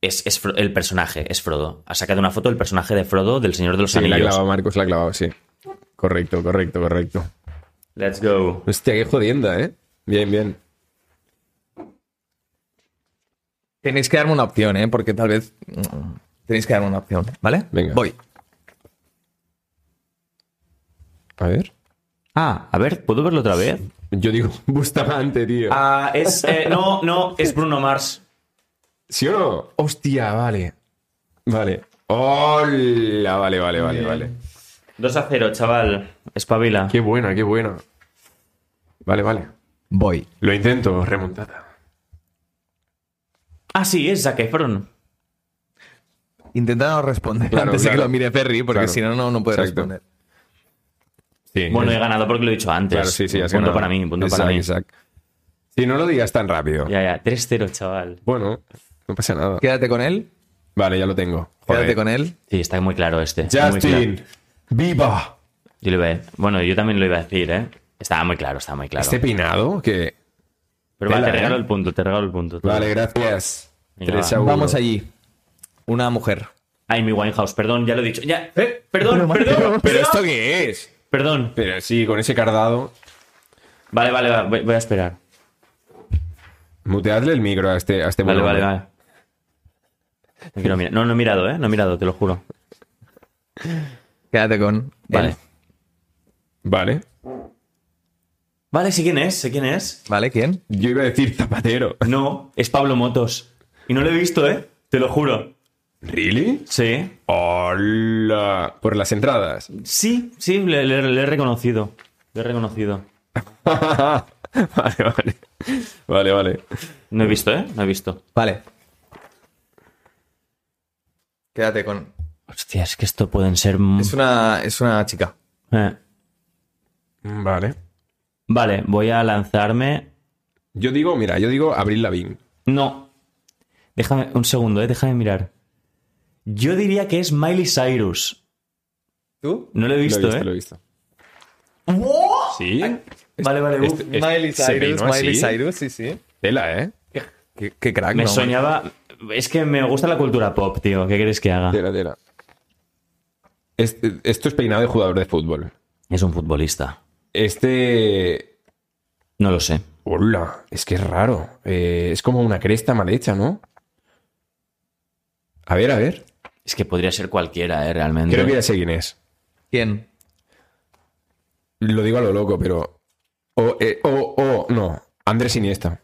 Speaker 2: es, es Fro- el personaje, es Frodo. Ha sacado una foto del personaje de Frodo del Señor de los
Speaker 3: sí, la ha
Speaker 2: Anillos.
Speaker 3: clavado, Marcos, la ha clavado, sí. Correcto, correcto, correcto.
Speaker 2: Let's go.
Speaker 3: Hostia, qué jodienda, ¿eh? Bien, bien.
Speaker 1: Tenéis que darme una opción, ¿eh? Porque tal vez mm, tenéis que darme una opción, ¿vale?
Speaker 3: Venga.
Speaker 1: Voy.
Speaker 3: A ver.
Speaker 2: Ah, a ver, ¿puedo verlo otra vez?
Speaker 3: Yo digo Bustamante, tío.
Speaker 2: Ah, es. eh, no, no, es Bruno Mars.
Speaker 3: ¿Sí o no? Hostia, vale. Vale. Hola, vale, vale, vale, vale.
Speaker 2: 2 a 0, chaval. Espabila.
Speaker 3: Qué buena, qué buena. Vale, vale.
Speaker 1: Voy.
Speaker 3: Lo intento, remontada.
Speaker 2: Ah, sí, es Zac Efron.
Speaker 1: Intentad no responder
Speaker 3: Claro,
Speaker 1: antes de que
Speaker 3: claro.
Speaker 1: lo mire Ferry, porque
Speaker 3: Claro.
Speaker 1: si no, no, no puede
Speaker 3: Exacto.
Speaker 1: responder.
Speaker 3: Sí.
Speaker 2: Bueno,
Speaker 3: es-
Speaker 2: he ganado porque lo he dicho antes.
Speaker 3: claro, sí, sí, has
Speaker 2: Punto
Speaker 3: ganado.
Speaker 2: para mí, punto para
Speaker 3: Exact,
Speaker 2: mí.
Speaker 3: exact. Si no lo digas tan rápido.
Speaker 2: Ya, ya, 3-0, chaval.
Speaker 3: Bueno, no pasa nada.
Speaker 1: Quédate con él.
Speaker 3: Vale, ya lo tengo. Joder.
Speaker 1: Quédate con él.
Speaker 2: Sí, está muy claro este. muy claro.
Speaker 3: Justin, viva.
Speaker 2: Yo lo iba a- Bueno, yo también lo iba a decir, ¿eh? Estaba muy claro, estaba muy claro.
Speaker 3: Este peinado que...
Speaker 2: Pero va,
Speaker 3: Tela,
Speaker 2: te regalo
Speaker 3: ¿eh?
Speaker 2: el punto, te regalo el punto. tú.
Speaker 3: Vale, gracias.
Speaker 2: Venga,
Speaker 3: Tres
Speaker 2: va.
Speaker 3: a uno.
Speaker 1: Vamos allí. Una mujer.
Speaker 2: Ay, mi Winehouse, perdón, ya lo he dicho. Ya, eh, perdón,
Speaker 1: Pero,
Speaker 2: perdón,
Speaker 1: pero-
Speaker 2: perdón.
Speaker 3: ¿Pero esto qué es?
Speaker 2: Perdón.
Speaker 3: Pero sí, con ese cardado.
Speaker 2: Vale, vale, va, voy, voy a esperar.
Speaker 3: Muteadle el micro a este, a este
Speaker 2: Vale,
Speaker 3: buen
Speaker 2: vale,
Speaker 3: hombre.
Speaker 2: vale. No, quiero mirar. no, no he mirado, ¿eh? No he mirado, te lo juro.
Speaker 1: Quédate con.
Speaker 2: Vale.
Speaker 1: él,
Speaker 3: Vale.
Speaker 2: Vale, sé quién es, sé quién es.
Speaker 1: ¿Vale? ¿Quién?
Speaker 3: Yo iba a decir zapatero.
Speaker 2: No, es Pablo Motos. Y no lo he visto, ¿eh? Te lo juro.
Speaker 3: ¿Really?
Speaker 2: Sí.
Speaker 3: Hola. Por las entradas.
Speaker 2: Sí, sí, le, le- le he reconocido. Le he reconocido.
Speaker 3: vale, vale. Vale, vale.
Speaker 2: No he visto, ¿eh? No he visto.
Speaker 1: Vale. Quédate con.
Speaker 2: Hostia, es que esto pueden ser... m-
Speaker 1: Es una, es una chica.
Speaker 2: eh.
Speaker 3: Vale.
Speaker 2: Vale, voy a lanzarme...
Speaker 3: Yo digo, mira, yo digo Abril Lavín.
Speaker 2: No. Déjame un segundo, ¿eh? Déjame mirar. Yo diría que es Miley Cyrus.
Speaker 1: ¿Tú?
Speaker 2: No lo he visto,
Speaker 3: lo he visto,
Speaker 2: ¿eh?
Speaker 3: lo he visto. ¿Sí?
Speaker 2: Vale, vale. uh.
Speaker 3: Este- este- se peinó así.
Speaker 1: sí, sí.
Speaker 3: Tela, ¿eh?
Speaker 1: Qué, qué crack,
Speaker 2: Me
Speaker 1: ¿no?
Speaker 2: soñaba. Es que me gusta la cultura pop, tío. ¿Qué quieres que haga?
Speaker 3: Tela, tela. Este- esto es peinado de jugador de fútbol.
Speaker 2: Es un futbolista.
Speaker 3: Este.
Speaker 2: No lo sé.
Speaker 3: Hola, es que es raro. Eh, es como una cresta mal hecha, ¿no? A ver, a ver.
Speaker 2: Es que podría ser cualquiera, ¿eh? Realmente.
Speaker 3: Creo que ya sé quién es.
Speaker 1: ¿Quién?
Speaker 3: Lo digo a lo loco, pero. O, eh, o, o, no. Andrés Iniesta.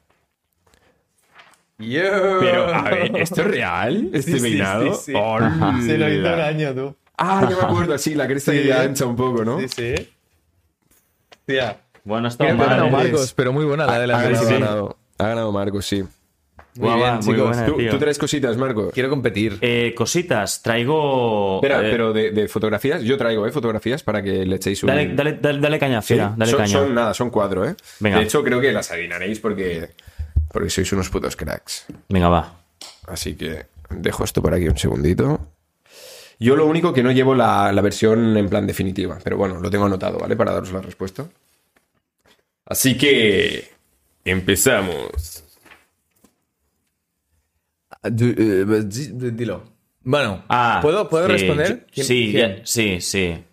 Speaker 3: Pero,
Speaker 1: ah,
Speaker 3: a ver, ¿esto es real? ¿Este
Speaker 1: Sí, sí,
Speaker 3: peinado?
Speaker 1: sí, sí.
Speaker 3: Hola.
Speaker 1: Se lo hizo un año, tú.
Speaker 3: Ah, yo me acuerdo, sí, la cresta
Speaker 1: Sí.
Speaker 3: que ya ancha un poco, ¿no?
Speaker 1: Sí, sí. Tía.
Speaker 2: Bueno, está
Speaker 1: Bien
Speaker 2: mal.
Speaker 1: ganado,
Speaker 2: ¿eh?
Speaker 1: Marcos, Ah, pero muy buena la de
Speaker 3: Ha
Speaker 1: la
Speaker 3: ganado,
Speaker 1: semana.
Speaker 3: ha
Speaker 2: sí.
Speaker 3: ganado. Ha ganado Marcos, sí.
Speaker 1: Muy
Speaker 2: Guau,
Speaker 1: bien,
Speaker 2: guau, muy
Speaker 1: chicos.
Speaker 2: buena,
Speaker 3: ¿Tú,
Speaker 2: tío.
Speaker 3: tú traes cositas, Marcos.
Speaker 1: Quiero competir.
Speaker 2: Eh, cositas, traigo.
Speaker 3: Espera,
Speaker 2: eh,
Speaker 3: pero de, de fotografías, yo traigo, ¿eh? Fotografías para que le echéis un...
Speaker 2: Dale, dale, dale, dale caña,
Speaker 3: Sí,
Speaker 2: fiera. dale
Speaker 3: son,
Speaker 2: caña.
Speaker 3: son nada, son cuatro, ¿eh?
Speaker 2: Venga.
Speaker 3: De hecho, creo que las adivinaréis porque, porque sois unos putos cracks.
Speaker 2: Venga, va.
Speaker 3: Así que dejo esto por aquí un segundito. Yo lo único que no llevo la, la versión en plan definitiva, pero bueno, lo tengo anotado, ¿vale? Para daros la respuesta. Así que empezamos.
Speaker 1: Eh, Dilo. Bueno,
Speaker 2: Ah,
Speaker 1: ¿puedo, ¿puedo
Speaker 2: sí,
Speaker 1: responder?
Speaker 2: yo-
Speaker 1: ¿Quién-
Speaker 2: sí,
Speaker 1: quién?
Speaker 2: ya- sí, sí.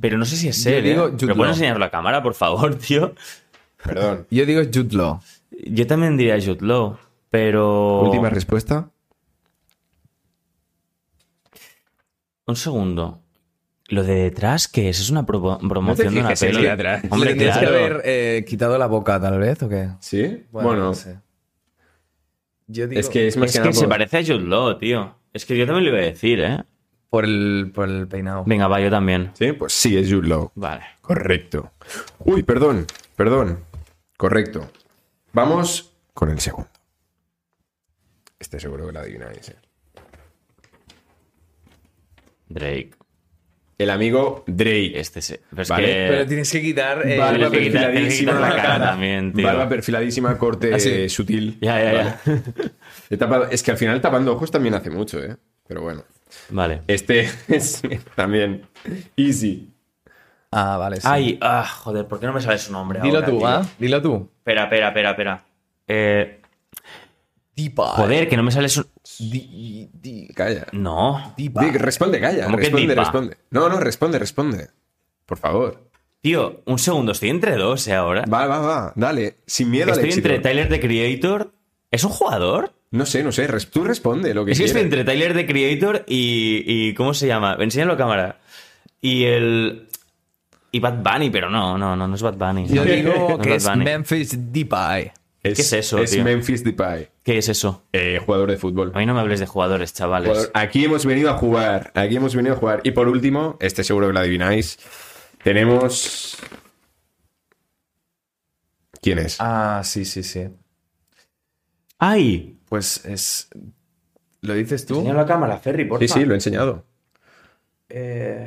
Speaker 2: Pero no sé si es él.
Speaker 1: digo
Speaker 2: ¿eh?
Speaker 1: Jude
Speaker 2: ¿Me puedes
Speaker 1: Law.
Speaker 2: enseñar la cámara, por favor, tío?
Speaker 3: Perdón.
Speaker 1: Yo digo Jude Law.
Speaker 2: Yo también diría Jude Law, pero.
Speaker 3: Última respuesta.
Speaker 2: Un segundo. ¿Lo de detrás qué es? ¿Es una promo- promoción de una
Speaker 3: fijes en
Speaker 2: peli?
Speaker 3: lo de atrás.
Speaker 2: Hombre,
Speaker 1: ¿Le tendrías
Speaker 2: claro.
Speaker 1: que haber eh, quitado la boca, tal vez, o qué?
Speaker 3: ¿Sí? Bueno,
Speaker 1: Bueno, no sé. Yo digo
Speaker 3: es que es más
Speaker 2: Es
Speaker 3: que
Speaker 2: que,
Speaker 3: nada
Speaker 2: se
Speaker 3: por-
Speaker 2: parece a Jude Law, tío. Es que yo también lo iba a decir, ¿eh?
Speaker 1: por el, por el peinado.
Speaker 2: Venga, va, yo también.
Speaker 3: Sí, pues sí, es Jude Law.
Speaker 2: Vale.
Speaker 3: Correcto. Uy, perdón, perdón. Correcto. Vamos con el segundo. Este seguro que lo adivináis. ¿eh?
Speaker 2: Drake.
Speaker 3: El amigo Drake.
Speaker 2: Este se... Pero es
Speaker 3: Vale.
Speaker 2: que...
Speaker 1: Pero tienes que quitar. eh,
Speaker 2: Vale,
Speaker 3: Barba
Speaker 2: tienes que quitar- tienes que
Speaker 3: perfiladísima.
Speaker 2: quitar la cara también, tío.
Speaker 3: Barba perfiladísima, corte
Speaker 1: Ah, sí.
Speaker 3: eh, sutil.
Speaker 2: Ya, ya, ya. Vale.
Speaker 3: He tapado- es que al final tapando ojos también hace mucho, ¿eh? Pero bueno. Este es también easy.
Speaker 1: Ah, vale. sí.
Speaker 2: Ay, ah, joder, ¿por qué no me sale su nombre
Speaker 1: Dilo
Speaker 2: ahora,
Speaker 1: tú,
Speaker 2: tío?
Speaker 1: ¿ah? Dilo tú.
Speaker 2: Espera, espera, espera, espera. Eh,
Speaker 1: Deepak.
Speaker 2: joder, que no me sale su...
Speaker 1: Di- di-
Speaker 3: Calla.
Speaker 2: No.
Speaker 1: Deepak.
Speaker 3: Dick, responde, calla.
Speaker 2: ¿Cómo que
Speaker 3: Responde,
Speaker 2: dipa?
Speaker 3: responde. No, no, responde, responde. Por favor.
Speaker 2: Tío, un segundo, estoy entre dos, ¿eh? Ahora.
Speaker 3: Va, va, va. Dale. Sin miedo al
Speaker 2: Estoy
Speaker 3: éxito.
Speaker 2: entre Tyler, the Creator... ¿Es un jugador?
Speaker 3: No sé, no sé. res- tú responde lo que
Speaker 2: Es que estoy
Speaker 3: quieras.
Speaker 2: entre Tyler the Creator y, y- ¿Cómo se llama? Enséñalo a cámara. Y el. Y Bad Bunny, pero no, no, no, no es Bad Bunny.
Speaker 1: Yo
Speaker 2: No, no
Speaker 1: digo que es
Speaker 2: Bad Bunny.
Speaker 1: Memphis Depay.
Speaker 2: ¿Qué es eso,
Speaker 3: Es
Speaker 2: tío?
Speaker 3: Memphis Depay,
Speaker 2: ¿Qué es eso?
Speaker 3: eh, jugador de fútbol.
Speaker 2: A mí no me hables de jugadores, chavales.
Speaker 3: Jugador- Aquí hemos venido a jugar. Aquí hemos venido a jugar. Y por último, este seguro que lo adivináis. Tenemos. ¿Quién es?
Speaker 1: Ah, sí, sí, sí.
Speaker 2: ¡Ay!
Speaker 1: Pues es. ¿Lo dices tú?
Speaker 2: Enséñalo a cámara, Ferry, por
Speaker 3: sí, sí, lo he enseñado.
Speaker 2: Eh,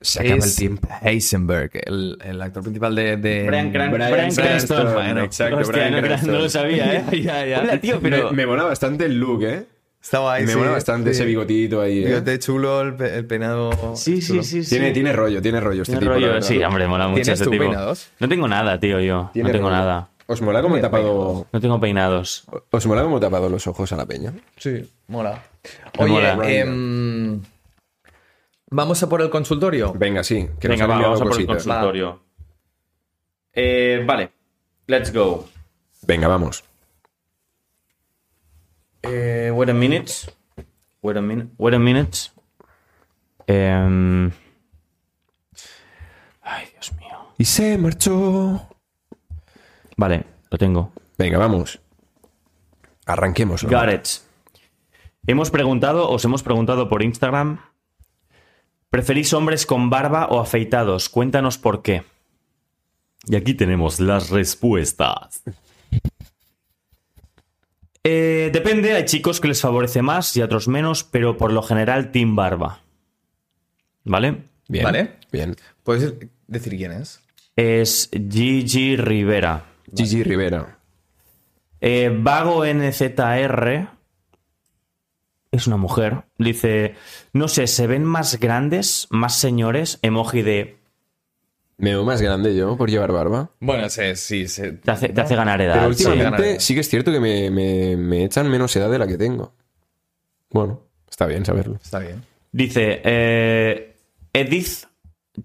Speaker 3: Se
Speaker 1: Es Heisenberg, el, el actor principal de. de-
Speaker 2: Brian Cran-
Speaker 3: Brian
Speaker 2: Brian
Speaker 3: Cranston,
Speaker 2: Cranston. Bueno,
Speaker 3: exacto,
Speaker 2: hostia,
Speaker 3: Brian
Speaker 2: no, Cran-
Speaker 3: Cranston.
Speaker 2: No lo sabía, ¿eh?
Speaker 1: Ya, ya.
Speaker 2: Hola, tío, pero.
Speaker 3: Me, me mola bastante el look, ¿eh?
Speaker 1: Estaba ahí.
Speaker 3: me
Speaker 1: sí,
Speaker 3: mola bastante
Speaker 1: sí.
Speaker 3: ese bigotito ahí. ¿eh?
Speaker 1: Bigote chulo, el, pe- el peinado.
Speaker 2: Sí, sí,
Speaker 1: chulo.
Speaker 2: sí. sí.
Speaker 3: Tiene, tiene rollo, tiene rollo este
Speaker 2: Tiene
Speaker 3: tipo. la
Speaker 2: rollo.
Speaker 3: verdad.
Speaker 2: Sí, hombre, mola mucho
Speaker 1: ¿Tienes
Speaker 2: ese
Speaker 1: tú
Speaker 2: tipo.
Speaker 1: peinados?
Speaker 2: No tengo nada, tío, yo.
Speaker 3: Tiene
Speaker 2: no tengo
Speaker 3: rollo.
Speaker 2: nada.
Speaker 3: ¿Os mola cómo he tapado,
Speaker 2: No tengo peinados.
Speaker 3: os mola cómo he tapado los ojos a la peña?
Speaker 1: Sí, mola.
Speaker 2: Me
Speaker 1: Oye,
Speaker 2: mola.
Speaker 1: em, vamos a por el consultorio.
Speaker 3: Venga, sí. Que nos
Speaker 2: Venga,
Speaker 3: han
Speaker 2: va,
Speaker 3: enviado
Speaker 2: vamos a por el
Speaker 3: cositas.
Speaker 1: Va.
Speaker 2: consultorio. Eh, vale. Let's go.
Speaker 3: Venga, vamos.
Speaker 2: Eh, wait a minute. Wait a minute. Wait a minute. Em, Ay, Dios mío.
Speaker 3: Y se marchó.
Speaker 2: Vale, lo tengo.
Speaker 3: Venga, vamos. Arranquemos.
Speaker 2: Gareth. Hemos preguntado, os hemos preguntado por Instagram. ¿Preferís hombres con barba o afeitados? Cuéntanos por qué. Y aquí tenemos las respuestas. Eh, depende, hay chicos que les favorece más y a otros menos, pero por lo general Team Barba. ¿Vale?
Speaker 3: Bien.
Speaker 1: ¿Vale?
Speaker 3: Bien.
Speaker 1: ¿Puedes decir quién es?
Speaker 2: Es Gigi Rivera.
Speaker 3: Gigi Rivera.
Speaker 2: Eh, Vago NZR es una mujer. Dice, no sé, se ven más grandes, más señores, emoji de...
Speaker 3: Me veo más grande yo por llevar barba.
Speaker 1: Bueno, sí, sí, sí.
Speaker 2: Te hace, te hace ganar edad.
Speaker 3: Pero
Speaker 2: sí.
Speaker 3: últimamente
Speaker 1: Sí.
Speaker 3: sí que es cierto que me, me- me echan menos edad de la que tengo. Bueno, está bien saberlo.
Speaker 1: Está bien.
Speaker 2: Dice, eh, Edith,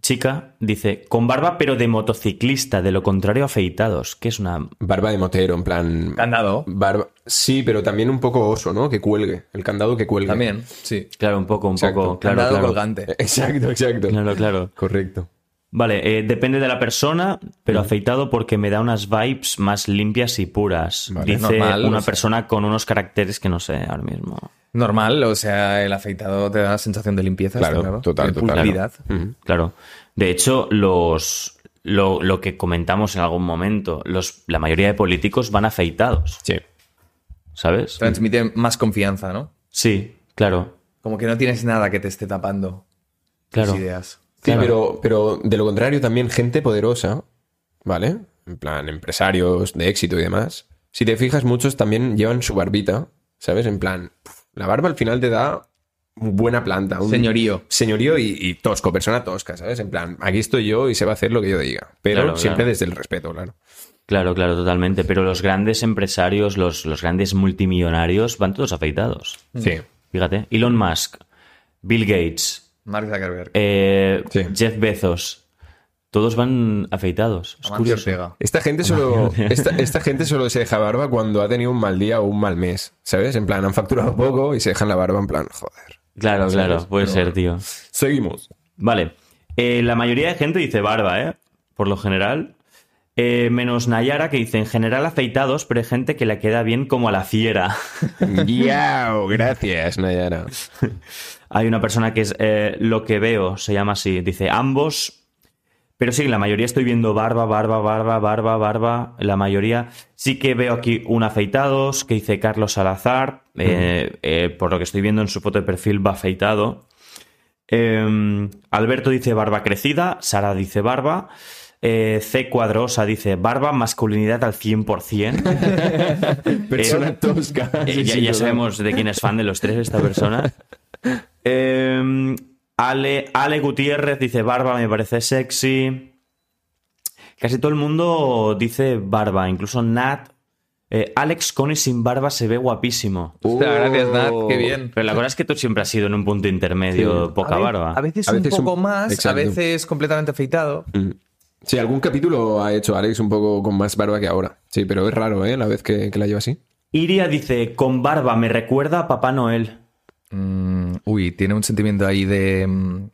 Speaker 2: chica, dice, con barba pero de motociclista, de lo contrario afeitados, que es una...
Speaker 3: Barba de motero, en plan.
Speaker 1: Candado.
Speaker 3: Barba. Sí, pero también un poco oso, ¿no? Que cuelgue. El candado que cuelgue.
Speaker 1: También, sí.
Speaker 2: Claro, un poco, un
Speaker 3: Exacto.
Speaker 2: poco... Claro,
Speaker 1: Candado
Speaker 2: claro.
Speaker 1: colgante.
Speaker 3: Exacto, exacto.
Speaker 2: Claro, claro.
Speaker 3: Correcto.
Speaker 2: Vale, eh, depende de la persona, pero afeitado porque me da unas vibes más limpias y puras.
Speaker 1: Vale,
Speaker 2: Dice
Speaker 1: normal,
Speaker 2: una
Speaker 1: o sea.
Speaker 2: persona con unos caracteres que no sé ahora mismo.
Speaker 1: Normal, o sea, el afeitado te da la sensación de limpieza.
Speaker 3: Claro,
Speaker 1: está
Speaker 3: total,
Speaker 1: De
Speaker 3: total.
Speaker 1: pulcridad.
Speaker 2: Claro. De hecho, los lo, lo que comentamos en algún momento, los, la mayoría de políticos van afeitados,
Speaker 3: Sí.
Speaker 2: ¿sabes?
Speaker 1: Transmite más confianza, ¿no?
Speaker 2: Sí, claro,
Speaker 1: Como que no tienes nada que te esté tapando
Speaker 2: claro.
Speaker 1: tus ideas.
Speaker 3: Sí,
Speaker 2: Claro.
Speaker 3: pero, pero de lo contrario, también gente poderosa, ¿vale? En plan, empresarios de éxito y demás. Si te fijas, muchos también llevan su barbita, ¿sabes? En plan, pf, la barba al final te da buena planta. Un
Speaker 1: Señorío.
Speaker 3: Señorío y, y tosco, persona tosca, ¿sabes? En plan, aquí estoy yo y se va a hacer lo que yo diga. Pero
Speaker 2: Claro,
Speaker 3: siempre
Speaker 2: claro.
Speaker 3: desde el respeto, claro.
Speaker 2: Claro, claro, totalmente. Pero los grandes empresarios, los, los grandes multimillonarios van todos afeitados.
Speaker 3: Sí.
Speaker 2: Fíjate, Elon Musk, Bill Gates,
Speaker 1: Mark Zuckerberg.
Speaker 2: eh,
Speaker 3: Sí.
Speaker 2: Jeff Bezos, todos van afeitados. Es
Speaker 1: Amancio
Speaker 2: curioso.
Speaker 1: Ortega.
Speaker 3: Esta gente, solo, esta, esta gente solo se deja barba cuando ha tenido un mal día o un mal mes, ¿sabes? En plan, han facturado poco y se dejan la barba en plan, joder.
Speaker 2: Claro, claro, puede ser, tío.
Speaker 3: Seguimos.
Speaker 2: Vale. Eh, la mayoría de gente dice barba, ¿eh? Por lo general. Eh, menos Nayara, que dice en general afeitados, pero hay gente que la queda bien como a la fiera.
Speaker 3: Yao, gracias, Nayara.
Speaker 2: hay una persona que es eh, lo que veo, se llama así. Dice ambos. Pero sí, la mayoría estoy viendo barba, barba, barba, barba, barba. La mayoría. Sí que veo aquí un afeitados que dice Carlos Salazar. eh, eh, por lo que estoy viendo en su foto de perfil va afeitado. Eh, Alberto dice barba crecida, Sara dice barba, eh, C cuadrosa dice barba, masculinidad al 100%. Persona
Speaker 3: tosca.
Speaker 2: Eh, ya, ya sabemos de quién es fan de los tres esta persona. Eh, Ale, Ale Gutiérrez dice barba, me parece sexy. Casi todo el mundo dice barba, incluso Nat. Eh, Alex Connie sin barba se ve guapísimo.
Speaker 3: Uh.
Speaker 1: Hostia, gracias, Nat. Qué bien.
Speaker 2: Pero la verdad es que tú siempre has sido en un punto intermedio,
Speaker 3: Sí.
Speaker 2: poca
Speaker 1: A ve-
Speaker 2: barba.
Speaker 1: A veces,
Speaker 3: A veces
Speaker 1: un
Speaker 3: un-
Speaker 1: poco más,
Speaker 3: Exacto.
Speaker 1: a veces completamente afeitado.
Speaker 2: Mm.
Speaker 3: Sí, algún capítulo ha hecho Alex un poco con más barba que ahora. Sí, pero es raro, ¿eh? La vez que, que la lleva así.
Speaker 2: Iria dice, con barba me recuerda a Papá Noel.
Speaker 1: Mm, uy, tiene un sentimiento ahí de. mm,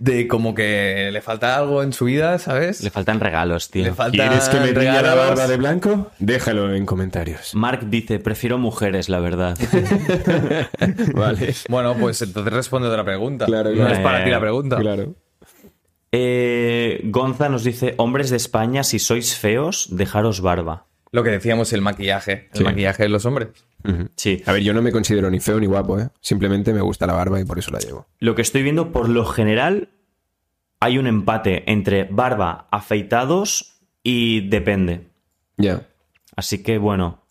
Speaker 1: de como que le falta algo en su vida, ¿sabes?
Speaker 2: Le faltan regalos, tío.
Speaker 1: Le falta. regalos.
Speaker 3: blanco? Déjalo en comentarios.
Speaker 2: Mark dice, prefiero mujeres, la verdad.
Speaker 3: Vale.
Speaker 1: Bueno, pues entonces responde otra pregunta.
Speaker 3: Claro,
Speaker 1: no
Speaker 3: claro.
Speaker 1: es para ti la pregunta.
Speaker 3: Claro.
Speaker 2: Eh, Gonza nos dice, hombres de España, si sois feos, dejaros barba.
Speaker 1: Lo que decíamos, el maquillaje. El
Speaker 3: Sí.
Speaker 1: maquillaje de los hombres.
Speaker 2: Sí.
Speaker 3: A ver, yo no me considero ni feo ni guapo, ¿eh? Simplemente me gusta la barba y por eso la llevo.
Speaker 2: Lo que estoy viendo, por lo general, hay un empate entre barba, afeitados y depende.
Speaker 3: Ya.
Speaker 2: Así que, bueno,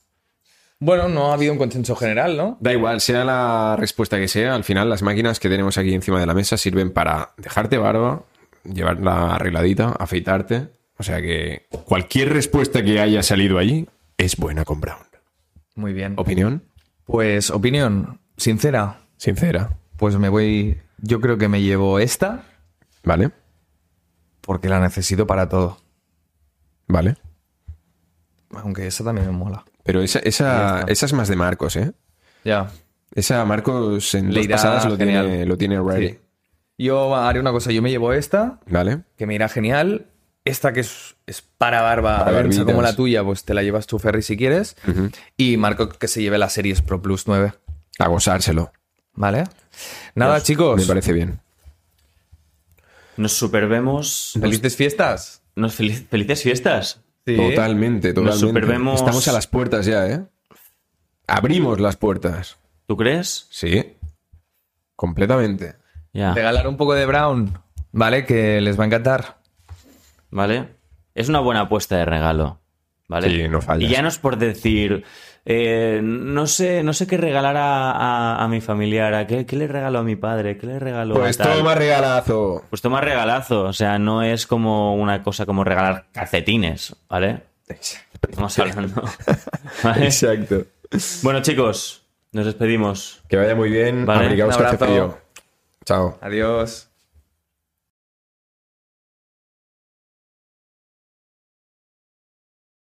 Speaker 1: Bueno, no ha habido un consenso general, ¿no?
Speaker 3: Da igual, sea la respuesta que sea, al final las máquinas que tenemos aquí encima de la mesa sirven para dejarte barba, llevarla arregladita, afeitarte. O sea que cualquier respuesta que haya salido allí es buena con Brown.
Speaker 1: Muy bien.
Speaker 3: ¿Opinión?
Speaker 1: Pues, opinión sincera.
Speaker 3: Sincera.
Speaker 1: Pues me voy. Yo creo que me llevo esta
Speaker 3: ¿Vale?
Speaker 1: porque la necesito para todo.
Speaker 3: ¿Vale?
Speaker 1: Aunque esa también me mola.
Speaker 3: Pero esa, esa, esa es más de Marcos, ¿eh?
Speaker 1: Ya.
Speaker 3: Esa Marcos en
Speaker 1: Le
Speaker 3: las
Speaker 1: irá
Speaker 3: pasadas lo
Speaker 1: genial.
Speaker 3: tiene, lo tiene ready.
Speaker 1: Sí. Yo haré una cosa. Yo me llevo esta
Speaker 3: ¿Vale?
Speaker 1: que me irá genial. Esta que es, es para barba
Speaker 3: Para
Speaker 1: ancha
Speaker 3: barbitas.
Speaker 1: como la tuya, pues te la llevas tú, Ferry, si quieres. Y Marco que se lleve la Series Pro Plus 9.
Speaker 3: A gozárselo.
Speaker 1: ¿Vale? Nada,
Speaker 3: Me
Speaker 1: chicos.
Speaker 3: parece bien.
Speaker 2: nos supervemos.
Speaker 1: Felices fiestas.
Speaker 2: Nos fel- felices fiestas.
Speaker 1: Sí.
Speaker 3: Totalmente,
Speaker 2: Nos
Speaker 3: totalmente.
Speaker 2: supervemos-
Speaker 3: Estamos a las puertas ya, ¿eh? Abrimos las puertas.
Speaker 2: ¿Tú crees?
Speaker 3: Sí. Completamente.
Speaker 2: Ya.
Speaker 1: Regalar un poco de Brown, ¿vale? Que les va a encantar.
Speaker 2: ¿Vale? Es una buena apuesta de regalo, ¿vale?
Speaker 3: Sí, no fallas.
Speaker 2: Y ya no es por decir, eh, no sé, no sé qué regalar a, a- a mi familiar, a qué, qué le regalo a mi padre, qué le regalo
Speaker 3: Pues
Speaker 2: a tal.
Speaker 3: toma regalazo.
Speaker 2: Pues toma regalazo, o sea, no es como una cosa como regalar calcetines, ¿vale? Estamos hablando. ¿Vale?
Speaker 3: Exacto.
Speaker 2: Bueno, chicos, nos despedimos.
Speaker 3: Que vaya muy bien.
Speaker 2: Vale,
Speaker 3: Abrigaos
Speaker 1: un
Speaker 3: que hace
Speaker 1: abrazo.
Speaker 3: frío. Chao.
Speaker 1: Adiós.